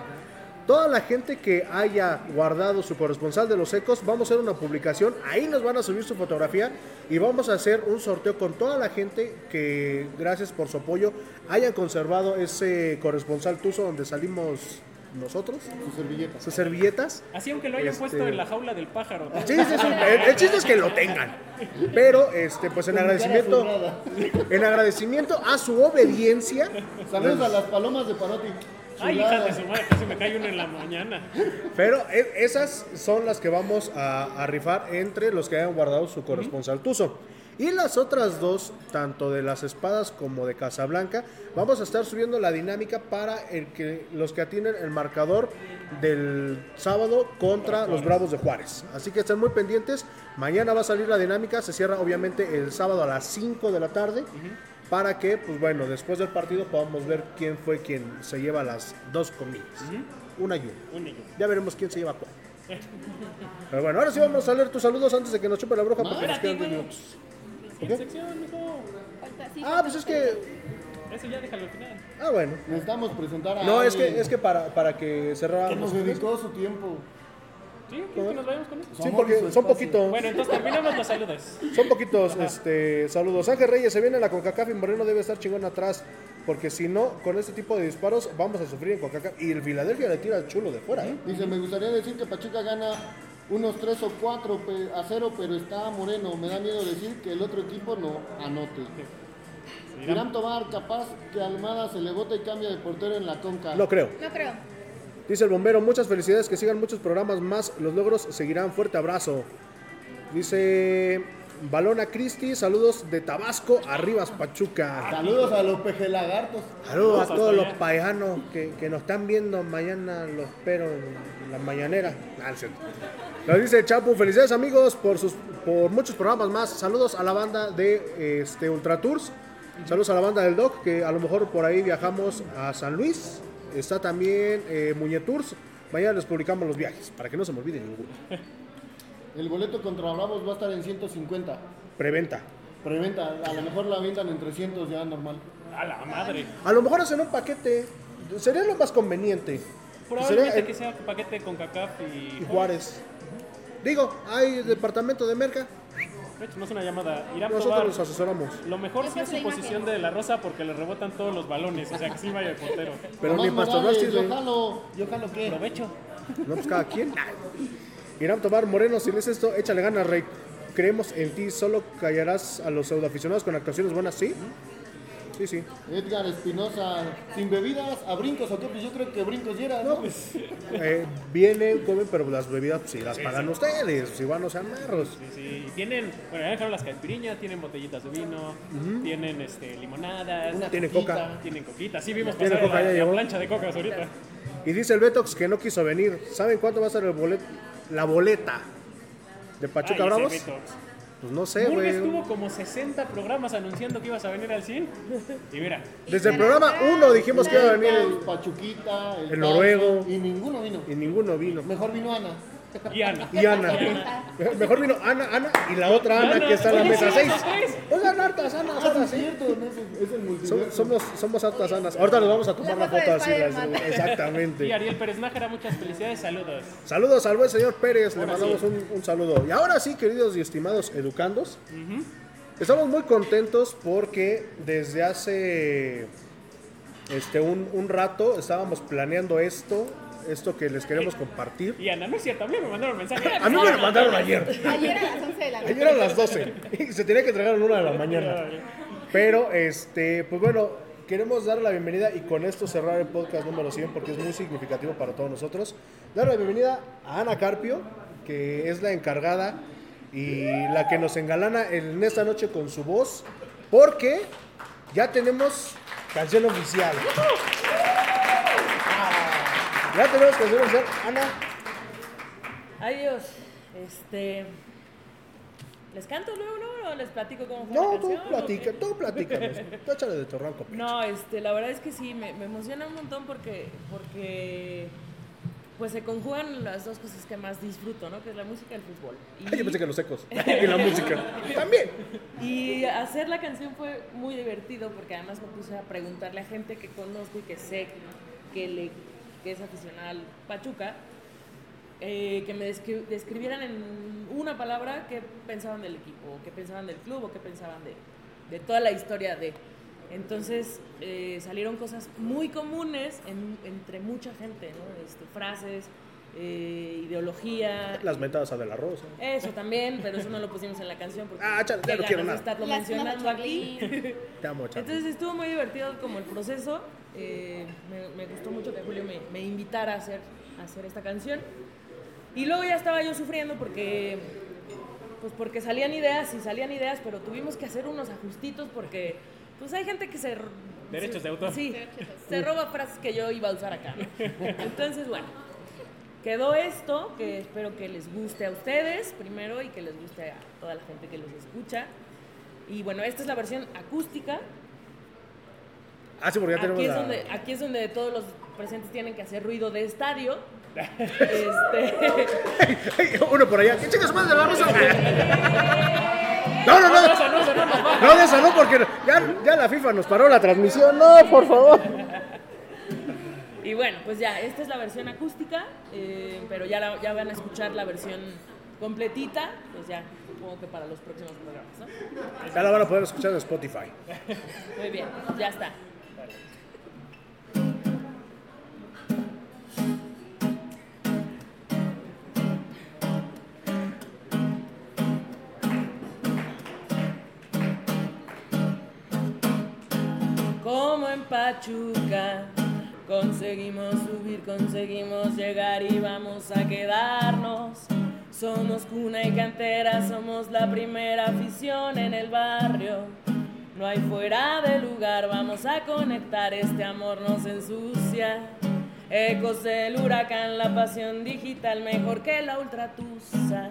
Speaker 2: Toda la gente que haya guardado su corresponsal de los ecos, vamos a hacer una publicación, ahí nos van a subir su fotografía y vamos a hacer un sorteo con toda la gente que, gracias por su apoyo, hayan conservado ese corresponsal tuzo donde salimos nosotros,
Speaker 6: Sus servilletas.
Speaker 2: sus servilletas.
Speaker 3: Así aunque lo hayan
Speaker 2: Este-
Speaker 3: puesto en la jaula del pájaro.
Speaker 2: Sí, sí, sí, el, el chiste es que lo tengan. Pero, este, pues en agradecimiento,
Speaker 6: Cara
Speaker 2: en agradecimiento a su obediencia,
Speaker 6: zurrada. Saludos a las palomas de Parotti.
Speaker 3: Ay, hija
Speaker 6: Chulada.
Speaker 3: de su madre, casi me cae uno en la mañana.
Speaker 2: Pero e- esas son las que vamos a, a rifar entre los que hayan guardado su corresponsal Tuzo. Y las otras dos, tanto de las espadas como de Casablanca, vamos a estar subiendo la dinámica para el que, los que atienden el marcador del sábado contra los Bravos de Juárez. Así que estén muy pendientes. Mañana va a salir la dinámica. Se cierra obviamente el sábado a las 5 de la tarde. Para que, pues bueno, después del partido podamos ver quién fue quien se lleva las dos comidas. Una y una.
Speaker 3: Un niño.
Speaker 2: Ya veremos quién se lleva cuál. Pero bueno, ahora sí vamos a leer tus saludos antes de que nos chupe la bruja porque nos quedan 10 minutos. ¿Ok?
Speaker 3: Sección, mijo.
Speaker 4: Falta- sí,
Speaker 2: Ah,
Speaker 4: falta-
Speaker 2: pues es que.
Speaker 3: Eso ya déjalo al final.
Speaker 2: Ah, bueno.
Speaker 6: Necesitamos presentar a.
Speaker 2: No, es
Speaker 6: alguien
Speaker 2: que, es que para, para que
Speaker 6: que
Speaker 2: cerramos.
Speaker 6: nos dedicó su tiempo.
Speaker 3: ¿Sí? ¿Quieres que nos vayamos con eso?
Speaker 6: su
Speaker 2: Sí,
Speaker 6: amor y
Speaker 2: porque
Speaker 6: su
Speaker 2: son
Speaker 6: espacio.
Speaker 2: poquitos.
Speaker 3: Bueno, entonces terminamos los saludos.
Speaker 2: Son poquitos este, saludos. Ángel Reyes se viene la CONCACAF y Moreno debe estar chingón atrás. Porque si no, con este tipo de disparos vamos a sufrir en CONCACAF. Y el Filadelfia le tira al chulo de fuera, ¿eh?
Speaker 6: Dice, me gustaría decir que Pachuca gana unos 3 o 4 pe- a 0, pero está Moreno. Me da miedo decir que el otro equipo no anote. Irán Tomar, capaz que Almada se le bota y cambia de portero en la conca.
Speaker 2: No creo.
Speaker 4: No creo.
Speaker 2: Dice el bombero, muchas felicidades, que sigan muchos programas más, los logros seguirán, fuerte abrazo. Dice Balona Cristi, saludos de Tabasco, arribas Pachuca.
Speaker 6: Saludos a los pejelagartos.
Speaker 2: Saludos a
Speaker 3: hasta
Speaker 2: todos los
Speaker 3: allá.
Speaker 2: paisanos que, que nos están viendo mañana, los pero en la mañanera. Ah, no es cierto. Nos dice Chapu, felicidades amigos por sus por muchos programas más. Saludos a la banda de este Ultra Tours. Saludos a la banda del Doc, que a lo mejor por ahí viajamos a San Luis. Está también eh, Muñe Tours. Mañana les publicamos los viajes, para que no se me olvide ninguno.
Speaker 6: El boleto contra Bravos va a estar en 150.
Speaker 2: Preventa.
Speaker 6: Preventa, a lo mejor la vendan en 300 ya normal.
Speaker 3: A la madre.
Speaker 2: A lo mejor hacen un paquete. Sería lo más conveniente.
Speaker 3: Probablemente
Speaker 2: Sería-
Speaker 3: que sea paquete con CACAF y...
Speaker 2: y Juárez. Digo, hay departamento de merca.
Speaker 3: De hecho, no es una llamada. Irán
Speaker 2: Nosotros
Speaker 3: Tobar,
Speaker 2: los asesoramos.
Speaker 3: lo mejor sí es
Speaker 4: Esa
Speaker 3: su
Speaker 4: es la
Speaker 3: posición de la rosa porque le rebotan todos los balones. O sea, que sí vaya el portero.
Speaker 2: Pero ni
Speaker 6: Tomás
Speaker 2: Pastor
Speaker 6: Morales,
Speaker 2: Vázquez,
Speaker 6: Yo
Speaker 2: güey.
Speaker 6: jalo. ¿Yo jalo qué?
Speaker 3: Provecho.
Speaker 2: No, pues cada quien. Irán Tomar Moreno, si lees esto, échale ganas, Rey. Creemos en ti, solo callarás a los pseudoaficionados con actuaciones buenas, ¿sí? Sí,
Speaker 3: [laughs]
Speaker 2: sí.
Speaker 6: Edgar Espinosa, sin bebidas, a brincos o qué, pues yo creo que brincos y era, ¿no?
Speaker 2: Eh, vienen, comen, pero las bebidas, pues, si las pagan ustedes, si van, no sean marros.
Speaker 3: Sí, sí. Y tienen... Bueno, ya dejaron las caipiriñas, tienen botellitas de vino, tienen este, limonadas.
Speaker 6: Una
Speaker 2: Tiene
Speaker 6: coquita.
Speaker 2: coca.
Speaker 3: Tienen coquitas. Sí vimos
Speaker 2: Tiene
Speaker 3: pasar
Speaker 2: coca,
Speaker 3: la,
Speaker 2: ya
Speaker 3: la
Speaker 2: llegó.
Speaker 3: plancha de cocas ahorita.
Speaker 2: Y dice el Betox que no quiso venir. ¿Saben cuánto va a ser el bolet la boleta de Pachuca
Speaker 3: Ay, ese
Speaker 2: Bravos?
Speaker 3: Betox.
Speaker 2: Pues no sé,
Speaker 3: Murga
Speaker 2: güey.
Speaker 3: estuvo como 60 programas anunciando que ibas a venir al 100. Y mira,
Speaker 2: Desde el programa 1 dijimos que iba a venir el-
Speaker 6: El Pachuquita, el,
Speaker 2: El
Speaker 6: Tano,
Speaker 2: noruego.
Speaker 6: Y ninguno vino.
Speaker 2: y ninguno vino.
Speaker 6: Mejor vino Ana.
Speaker 3: y Ana.
Speaker 2: Y Ana. Mejor vino Ana, Ana y la otra Ana,
Speaker 3: Ana.
Speaker 2: que está en la
Speaker 3: Oye,
Speaker 2: mesa
Speaker 3: sí,
Speaker 2: 6.
Speaker 3: esos tres.
Speaker 2: Oigan, hartas, Ana, hartas,
Speaker 6: es
Speaker 2: sí.
Speaker 6: Ah, cierto, no es, es el
Speaker 2: Som-
Speaker 6: multiverso.
Speaker 2: Somos, somos hartas Anas. Ahorita les vamos a tomar
Speaker 4: La
Speaker 2: la
Speaker 4: foto
Speaker 2: foto
Speaker 4: de
Speaker 2: así. las-
Speaker 4: Spider-Man.
Speaker 3: Y
Speaker 2: Exactamente.
Speaker 3: Ariel Pérez Nájera, muchas felicidades, saludos.
Speaker 2: Saludos al buen señor Pérez. Le
Speaker 3: Ahora
Speaker 2: mandamos
Speaker 3: sí.
Speaker 2: un, un saludo. Y ahora sí, queridos y estimados educandos, estamos muy contentos porque desde hace este, un, un rato estábamos planeando esto, esto que les queremos compartir.
Speaker 3: Eh, Y Ana, no es cierto, a mí me mandaron mensaje.
Speaker 2: A mí me lo mandaron ayer.
Speaker 4: Ayer a las 11 de la
Speaker 2: Ayer
Speaker 4: noche.
Speaker 2: eran las 12 y se tenía que entregar a la 1 de la mañana. Pero, este, pues bueno, queremos dar la bienvenida y con esto cerrar el podcast número 100 porque es muy significativo para todos nosotros. Dar la bienvenida a Ana Carpio, que es la encargada y la que nos engalana en esta noche con su voz, porque ya tenemos canción oficial. Ya tenemos canción oficial. Ana,
Speaker 5: Adiós. Este. ¿Les canto luego, no? ¿O les platico cómo fue
Speaker 2: no,
Speaker 5: la
Speaker 2: tú
Speaker 5: canción? ¿O
Speaker 2: platica,
Speaker 5: qué?
Speaker 2: tú platícanos, tú échale de tu ranco.
Speaker 5: No, este, la verdad es que sí, me, me emociona un montón porque, porque pues se conjugan las dos cosas que más disfruto, ¿no? Que es la música y el fútbol. Y,
Speaker 2: [laughs] Ay, yo pensé que los
Speaker 5: [laughs]
Speaker 2: ecos. Y la música. También.
Speaker 5: y hacer la canción fue muy divertido porque además me puse a preguntarle a gente que conozco y que sé que le que es aficionada al Pachuca, eh, que me descri- describieran en una palabra qué pensaban del equipo, o qué pensaban del club, o qué pensaban de, de toda la historia de. Entonces eh, salieron cosas muy comunes en- entre mucha gente, ¿no? Este, frases, eh, ideología.
Speaker 2: Las mentadas a De La Rosa.
Speaker 5: Eso también, pero eso no lo pusimos en la canción porque
Speaker 2: Ah, chale, ya
Speaker 5: qué
Speaker 2: no quiero nada.
Speaker 5: ganas de estarlo
Speaker 4: Lástima,
Speaker 5: mencionando aquí.
Speaker 4: Chapulín.
Speaker 2: Te amo, Charlie.
Speaker 5: Entonces estuvo muy divertido como el proceso. eh, me, me gustó mucho que Julio me, me invitara a hacer, a hacer esta canción. Y luego ya estaba yo sufriendo porque, pues porque salían ideas y salían ideas, pero tuvimos que hacer unos ajustitos porque pues hay gente que se...
Speaker 3: Derechos
Speaker 5: se-
Speaker 3: de autor.
Speaker 5: Sí, se roba frases que yo iba a usar acá. ¿no? Entonces, bueno, quedó esto que espero que les guste a ustedes primero y que les guste a toda la gente que los escucha. Y bueno, esta es la versión acústica.
Speaker 2: Ah, sí, porque ya tenemos
Speaker 5: Aquí es,
Speaker 2: la-
Speaker 5: donde, aquí es donde todos los presentes tienen que hacer ruido de estadio. Este,
Speaker 2: [laughs]
Speaker 5: [laughs]
Speaker 2: Uno por allá. ¿Qué chicas más de la rosa? [laughs] No, no, no. No, de esa no, porque ya, ya la FIFA nos paró la transmisión. No, por favor.
Speaker 5: y bueno, pues ya, esta es la versión acústica, eh, pero ya, la- ya van a escuchar la versión completita, pues ya, supongo que para los próximos programas, ¿no?
Speaker 2: Ya la van a poder escuchar en Spotify.
Speaker 5: Muy bien, ya está. Como en Pachuca, conseguimos subir, conseguimos llegar y vamos a quedarnos. Somos cuna y cantera, somos la primera afición en el barrio. No hay fuera de lugar, vamos a conectar, este amor nos ensucia. Ecos del huracán, la pasión digital, mejor que la ultratusa.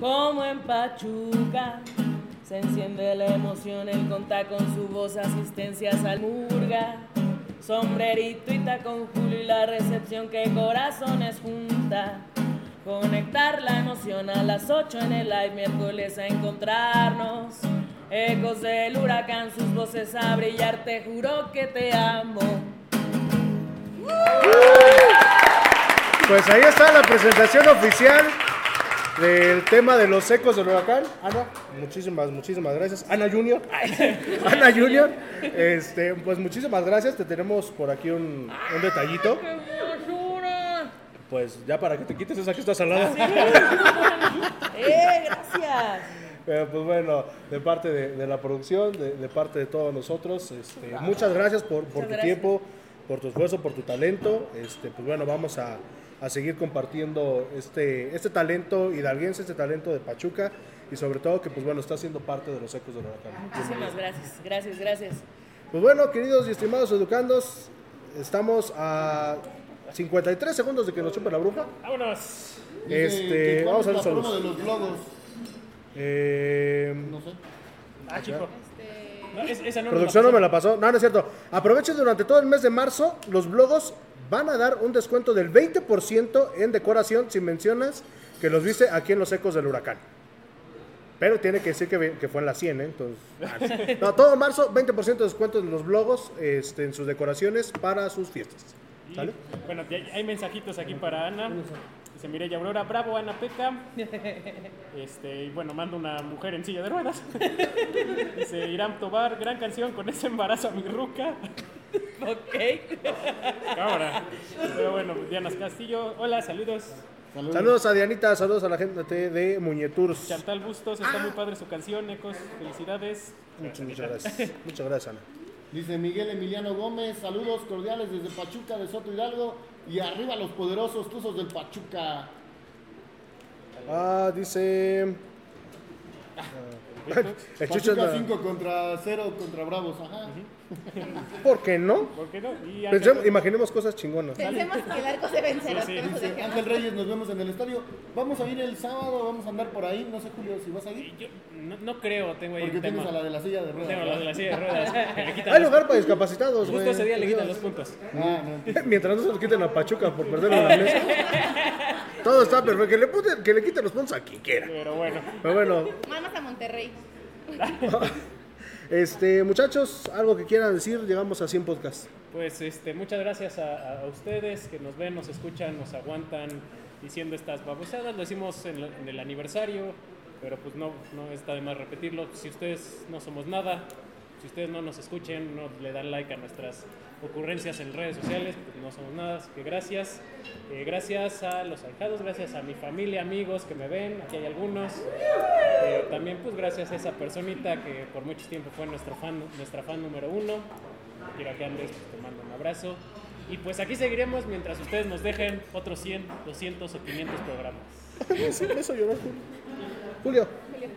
Speaker 5: como en Pachuca. Se enciende la emoción, el conta con su voz, asistencias al murga. Sombrerito y tacón Julio y la recepción que corazones junta. Conectar la noción a las 8 en el live, miércoles a encontrarnos. Ecos del huracán, sus voces a brillar, te juro que te amo.
Speaker 2: Pues ahí está la presentación oficial del tema de los ecos del huracán. Ana, muchísimas, muchísimas gracias. Ana Junior. [laughs] Ana Junior. Este, pues muchísimas gracias. Te tenemos por aquí un, un detallito. Pues ya para que te quites esa que estás al lado.
Speaker 5: ¡Eh, gracias!
Speaker 2: Pero, pues bueno, de parte de, de la producción, de, de parte de todos nosotros, este, muchas gracias por, por
Speaker 5: Muchas
Speaker 2: tu
Speaker 5: gracias.
Speaker 2: tiempo, por tu esfuerzo, por tu talento. Este, pues bueno, vamos a, a seguir compartiendo este, este talento hidalguense, este talento de Pachuca y sobre todo que pues bueno, está siendo parte de los ecos del huracán.
Speaker 5: Muchísimas gracias, gracias, gracias.
Speaker 2: Pues bueno, queridos y estimados educandos, estamos a 53 segundos de que nos chupe la bruja.
Speaker 3: Vámonos.
Speaker 6: Dice
Speaker 2: Este,
Speaker 6: que ¿cuál
Speaker 2: vamos
Speaker 6: es
Speaker 2: a los
Speaker 6: la promo
Speaker 2: saludos.
Speaker 6: de los globos.
Speaker 2: Eh,
Speaker 6: No sé.
Speaker 3: Ah, chico. No, es- esa no nos
Speaker 2: Producción no
Speaker 3: pasó.
Speaker 2: me la pasó. No, no es cierto. Aprovechen durante todo el mes de marzo. Los blogos van a dar un descuento del 20% en decoración si mencionas que los viste aquí en los ecos del huracán. Pero tiene que decir que, ve- que fue en la 100, ¿eh? Entonces, ah, sí. no, todo marzo, 20% de descuento en los blogos, este, en sus decoraciones para sus fiestas.
Speaker 3: Y,
Speaker 2: ¿Sale?
Speaker 3: Bueno, ya hay mensajitos aquí para Ana. Dice Mireya Aurora, bravo Ana Peca. [laughs] Este, y bueno, manda una mujer en silla de ruedas. [laughs] Dice Irán Tobar, gran canción con ese embarazo a mi ruca.
Speaker 5: Ok.
Speaker 3: Cámara. Pero bueno, pues, Diana Castillo, hola, saludos.
Speaker 6: Saludos.
Speaker 2: Saludos a Dianita, saludos a la gente de Muñetours.
Speaker 3: Chantal Bustos, está muy padre su canción, Ecos, felicidades.
Speaker 2: Muchas, muchas gracias. Muchas gracias, Ana.
Speaker 6: Dice Miguel Emiliano Gómez, saludos cordiales desde Pachuca de Soto Hidalgo y arriba los poderosos tuzos del Pachuca.
Speaker 2: Ah, dice. El Chucho
Speaker 6: Pachuca
Speaker 2: anda-
Speaker 6: 5 contra 0 contra Bravos, ajá.
Speaker 2: ¿Por qué no?
Speaker 3: ¿Por qué no? Y Ángel-
Speaker 2: Pensemos, imaginemos cosas chingonas.
Speaker 4: Pensemos que el arco se vencerá.
Speaker 3: Sí, sí,
Speaker 4: pero se
Speaker 6: Dice
Speaker 4: dejará.
Speaker 6: Ángel Reyes, nos vemos en el estadio. Vamos a ir el sábado, vamos a andar por ahí. No sé, Julio, si vas a ir.
Speaker 3: Yo no, no creo, tengo ahí
Speaker 6: Porque
Speaker 3: un tema.
Speaker 6: tienes a la de la silla de ruedas.
Speaker 3: Tengo la de la silla de
Speaker 6: [laughs]
Speaker 3: ruedas. que le quitan
Speaker 2: Hay
Speaker 3: los-
Speaker 2: lugar para discapacitados, güey.
Speaker 3: Justo ese día le quitan los
Speaker 2: Dios.
Speaker 3: puntos.
Speaker 6: Ah, no.
Speaker 2: [laughs] Mientras no se los quiten a Pachuca por perder la mesa. Todo está perfecto. Que le, pute- que le quiten los puntos a quien quiera.
Speaker 3: Pero bueno.
Speaker 2: Pero bueno,
Speaker 4: Manos a Monterrey.
Speaker 2: Este, muchachos, algo que quieran decir, llegamos a 100 podcasts.
Speaker 3: Pues este, muchas gracias a, a ustedes que nos ven, nos escuchan, nos aguantan diciendo estas babosadas. Lo hicimos en, la- en el aniversario, pero pues no, no está de más repetirlo. Si ustedes no somos nada, si ustedes no nos escuchen, no le dan like a nuestras ocurrencias en redes sociales, pues no somos nada. Así que gracias. Eh, gracias a los ahijados, gracias a mi familia, amigos que me ven, aquí hay algunos. Eh, también pues gracias a esa personita que por mucho tiempo fue nuestro fan, nuestra fan número uno. Quiero que Andrés pues, te mando un abrazo. Y pues aquí seguiremos mientras ustedes nos dejen otros 100, 200 o 500 programas.
Speaker 2: Eso, eso lloró Julio. Julio,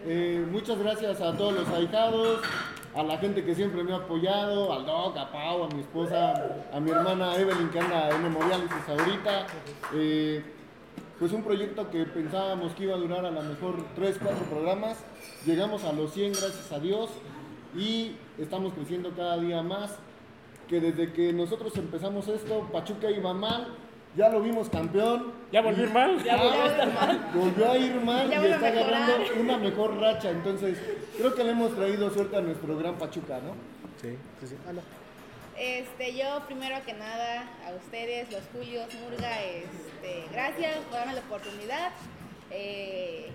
Speaker 6: Eh, muchas gracias a todos los ahijados, a la gente que siempre me ha apoyado, al Doc, a Pau, a mi esposa, a mi hermana Evelyn que anda en hemodiálisis ahorita. Eh, pues un proyecto que pensábamos que iba a durar a lo mejor 3, 4 programas. Llegamos a los 100, gracias a Dios, y estamos creciendo cada día más. Que desde que nosotros empezamos esto, Pachuca iba mal, ya lo vimos campeón,
Speaker 3: ¿Ya volví mal?
Speaker 6: ya volvió a estar mal. Volvió a ir mal
Speaker 4: Ya
Speaker 6: y
Speaker 4: van a
Speaker 6: está
Speaker 4: mejorar.
Speaker 6: agarrando una mejor racha. Entonces, creo que le hemos traído suerte a nuestro gran Pachuca, ¿no?
Speaker 2: sí, sí, Ah, sí. Ala.
Speaker 4: Este, yo primero que nada a ustedes, los Julios, Murga, este, gracias por darme la oportunidad. Eh,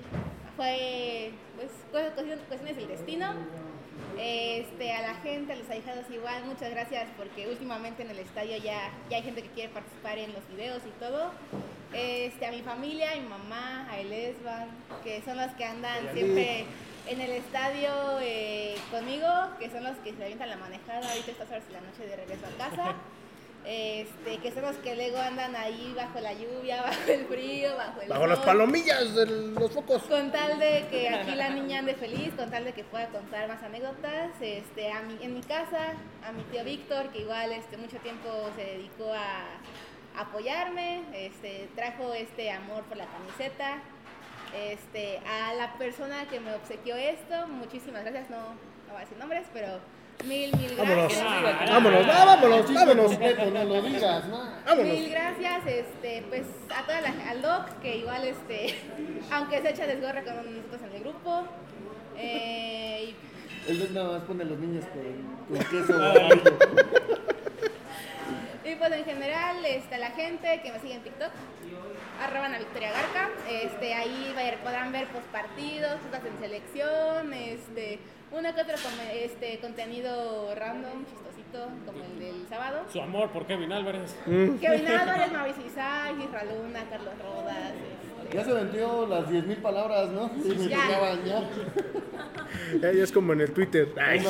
Speaker 4: fue, pues, cue- cuestión- cuestiones del destino. Este, a la gente, a los ahijados igual, muchas gracias porque últimamente en el estadio ya, ya hay gente que quiere participar en los videos y todo. Este, a mi familia, a mi mamá, a Elesban, que son los que andan siempre en el estadio eh, conmigo, que son los que se avientan la manejada ahorita estas horas de la noche de regreso a casa. Este, que son los que luego andan ahí bajo la lluvia, [laughs] bajo el frío, bajo el
Speaker 2: Bajo las
Speaker 4: sol.
Speaker 2: palomillas de los focos.
Speaker 4: Con tal de
Speaker 2: [laughs]
Speaker 4: que aquí la niña ande feliz, con tal de que pueda contar más anécdotas, este, a mi- en mi casa, a mi tío Víctor, que igual este, mucho tiempo se dedicó a apoyarme, este, trajo este amor por la camiseta, este, a la persona que me obsequió esto, muchísimas gracias, no, no voy a decir nombres, pero mil, mil
Speaker 2: Vámonos.
Speaker 4: gracias.
Speaker 2: Vámonos, va, vámonos,
Speaker 6: Chisme
Speaker 2: vámonos.
Speaker 6: completo, no lo digas, ¿no?
Speaker 2: Vámonos.
Speaker 4: Mil gracias, este, pues a toda la, al doc que igual, este, [laughs] aunque se echa desgorra con nosotros en el grupo. eh,
Speaker 6: El Doc nada más pone a los niños con, con queso.
Speaker 2: Ah.
Speaker 4: y, y, pues en general, este, a la gente que me sigue en TikTok, arroban a Victoria Garca, este, ahí va- podrán ver pues, partidos, cosas en selección, este, uno que otro come- este, contenido random, chistosito, como el del sábado.
Speaker 3: Su amor por Kevin Álvarez.
Speaker 4: Kevin Álvarez, Mauricio Isaac, Isra Luna, Carlos Rodas, este,
Speaker 6: Ya se vendió las 10.000 palabras, ¿no? Y me
Speaker 4: Ya.
Speaker 6: tocaban ya.
Speaker 2: Ya, ya es como en el Twitter. Ay.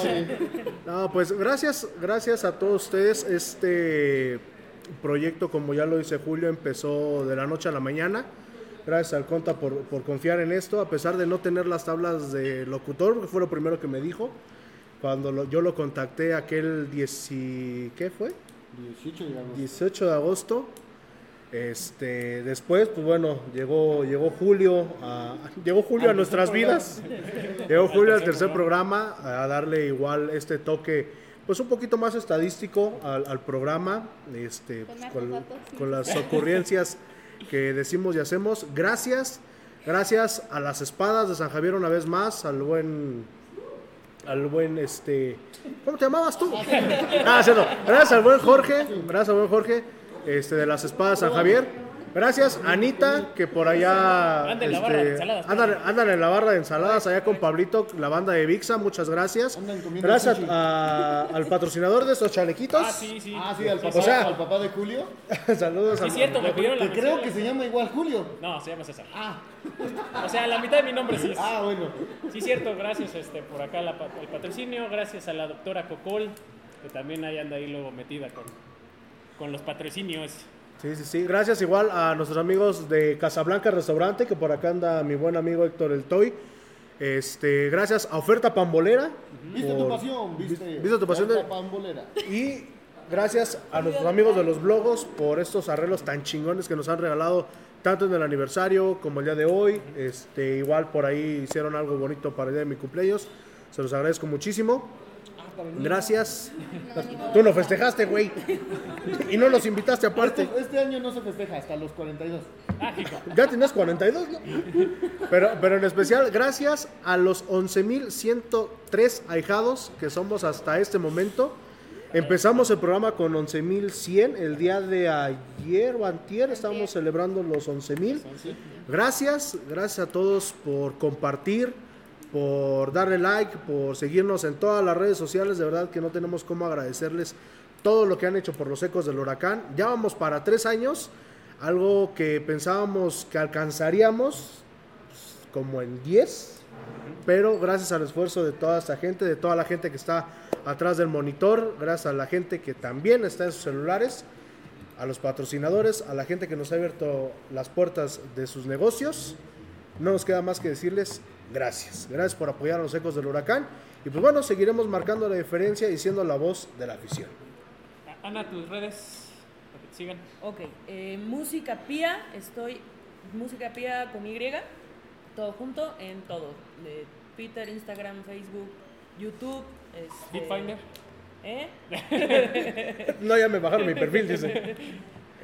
Speaker 2: No, pues gracias, gracias a todos ustedes. Este proyecto, como ya lo dice Julio, empezó de la noche a la mañana. Gracias al Conta por, por confiar en esto, a pesar de no tener las tablas de locutor, que fue lo primero que me dijo. Cuando lo- yo lo contacté aquel 10 y- ¿qué fue?
Speaker 6: 18 digamos.
Speaker 2: 18 de agosto. Este, después, pues bueno, llegó, llegó Julio, a, llegó Julio a nuestras vidas. Llegó Julio al tercer programa a darle igual este toque, pues un poquito más estadístico al, al programa, este,
Speaker 4: Con
Speaker 2: pues,
Speaker 4: más
Speaker 2: con,
Speaker 4: datos.
Speaker 2: con
Speaker 4: [laughs]
Speaker 2: las ocurrencias que decimos y hacemos. Gracias, gracias a las espadas de San Javier una vez más, al buen al buen este ¿cómo te llamabas
Speaker 3: [laughs]
Speaker 2: tú? Ah, sí, no. Gracias al buen Jorge, gracias al buen Jorge, este de las espadas San Javier. Gracias Anita, que por allá
Speaker 3: Anda en la barra de
Speaker 2: este,
Speaker 3: ensaladas.
Speaker 2: andan, andan en la barra de ensaladas allá con Pablito, la banda de Vixa, muchas gracias.
Speaker 6: Andan comiendo
Speaker 2: Gracias
Speaker 6: sushi.
Speaker 2: a- al patrocinador de estos chalequitos.
Speaker 3: Ah, sí, sí.
Speaker 6: Ah, sí, al papá,
Speaker 2: O sea-
Speaker 6: al papá de Julio.
Speaker 2: [laughs] Saludos
Speaker 3: Sí,
Speaker 2: al-
Speaker 3: es cierto, me pidieron la
Speaker 6: Que creo que
Speaker 3: mención.
Speaker 6: se llama igual Julio.
Speaker 3: No, se llama César.
Speaker 6: Ah,
Speaker 3: O sea, la mitad de mi nombre sí es.
Speaker 6: ah bueno.
Speaker 3: Sí, cierto, gracias este, por acá la pa- el patrocinio, gracias a la doctora Cocol, que también ahí anda ahí luego metida con, con los patrocinios.
Speaker 2: Sí, sí, sí. Gracias igual a nuestros amigos de Casablanca Restaurante, que por acá anda mi buen amigo Héctor El Toy. Este, gracias a Oferta Pambolera.
Speaker 6: Viste tu
Speaker 2: por-
Speaker 6: pasión, viste.
Speaker 2: Viste tu pasión de-
Speaker 6: La pambolera.
Speaker 2: Y gracias a nuestros amigos de los blogos por estos arreglos tan chingones que nos han regalado, tanto en el aniversario como el día de hoy. Este, igual por ahí hicieron algo bonito para el día de mi cumpleaños. Se los agradezco muchísimo.
Speaker 6: Ah,
Speaker 2: Gracias.
Speaker 4: No, ni modo.
Speaker 2: Tú lo festejaste, güey. Y no los invitaste aparte.
Speaker 6: Este, este año no se festeja hasta los 42.
Speaker 2: Ya tenías 42, ¿no? Pero, pero en especial, gracias a los 11.103 ahijados que somos hasta este momento. Empezamos el programa con 11.100. El día de ayer o antier estábamos celebrando los 11.000. Gracias, gracias a todos por compartir, por darle like, por seguirnos en todas las redes sociales. De verdad que no tenemos cómo agradecerles todo lo que han hecho por los ecos del huracán. Ya vamos para tres años, algo que pensábamos que alcanzaríamos pues, como en 10, pero gracias al esfuerzo de toda esta gente, de toda la gente que está atrás del monitor, gracias a la gente que también está en sus celulares, a los patrocinadores, a la gente que nos ha abierto las puertas de sus negocios, no nos queda más que decirles gracias. Gracias por apoyar a los ecos del huracán. Y pues bueno, seguiremos marcando la diferencia y siendo la voz de la afición.
Speaker 3: Ana, tus redes, para que te sigan.
Speaker 5: Ok, eh, música pía, estoy música pía con Y, todo junto en todo. de Twitter, Instagram, Facebook, YouTube, este,
Speaker 3: Bitfinder.
Speaker 5: ¿eh?
Speaker 2: No, ya me bajaron mi perfil, dice.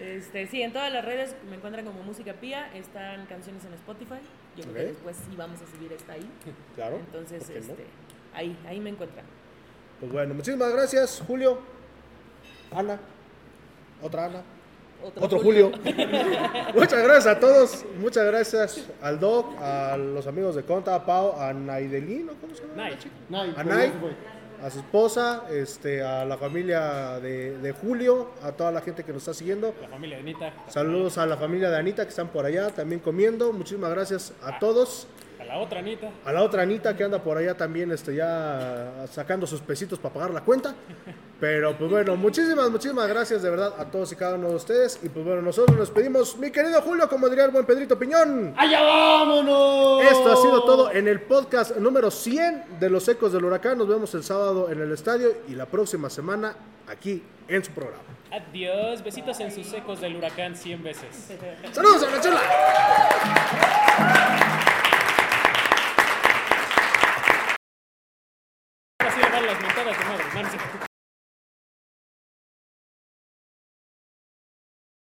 Speaker 5: Este, sí, en todas las redes me encuentran como música pía, están canciones en Spotify. Yo creo que
Speaker 2: Ok.
Speaker 5: después sí vamos a subir esta ahí.
Speaker 2: Claro.
Speaker 5: Entonces,
Speaker 2: ¿por qué no?
Speaker 5: este, ahí, ahí me encuentran.
Speaker 2: Pues bueno, muchísimas gracias, Julio. Ana. Otra Ana. Otro Julio. [laughs] muchas gracias a todos. Muchas gracias al Doc, a los amigos de Conta, a Pau, a Naidelino, ¿cómo se llama? la
Speaker 3: Nay.
Speaker 2: chica?
Speaker 6: Nay,
Speaker 2: a
Speaker 6: pero
Speaker 2: Nay,
Speaker 6: ya se fue.
Speaker 2: a su esposa, este, a la familia de, de Julio, a toda la gente que nos está siguiendo.
Speaker 3: La familia de Anita.
Speaker 2: Saludos a la familia de Anita que están por allá también comiendo. Muchísimas gracias a todos.
Speaker 3: A la otra Anita.
Speaker 2: A la otra Anita que anda por allá también este, ya sacando sus pesitos para pagar la cuenta. Pero pues bueno, muchísimas, muchísimas gracias de verdad a todos y cada uno de ustedes. Y pues bueno, nosotros nos pedimos, mi querido Julio, como diría el buen Pedrito Piñón.
Speaker 6: ¡Allá vámonos!
Speaker 2: Esto ha sido todo en el podcast número 100 de Los Ecos del Huracán. Nos vemos el sábado en el estadio y la próxima semana aquí en su programa.
Speaker 3: Adiós. Besitos en sus secos del huracán 100 veces.
Speaker 2: ¡Saludos a la chula!
Speaker 3: Así le van las mentadas de madre, man.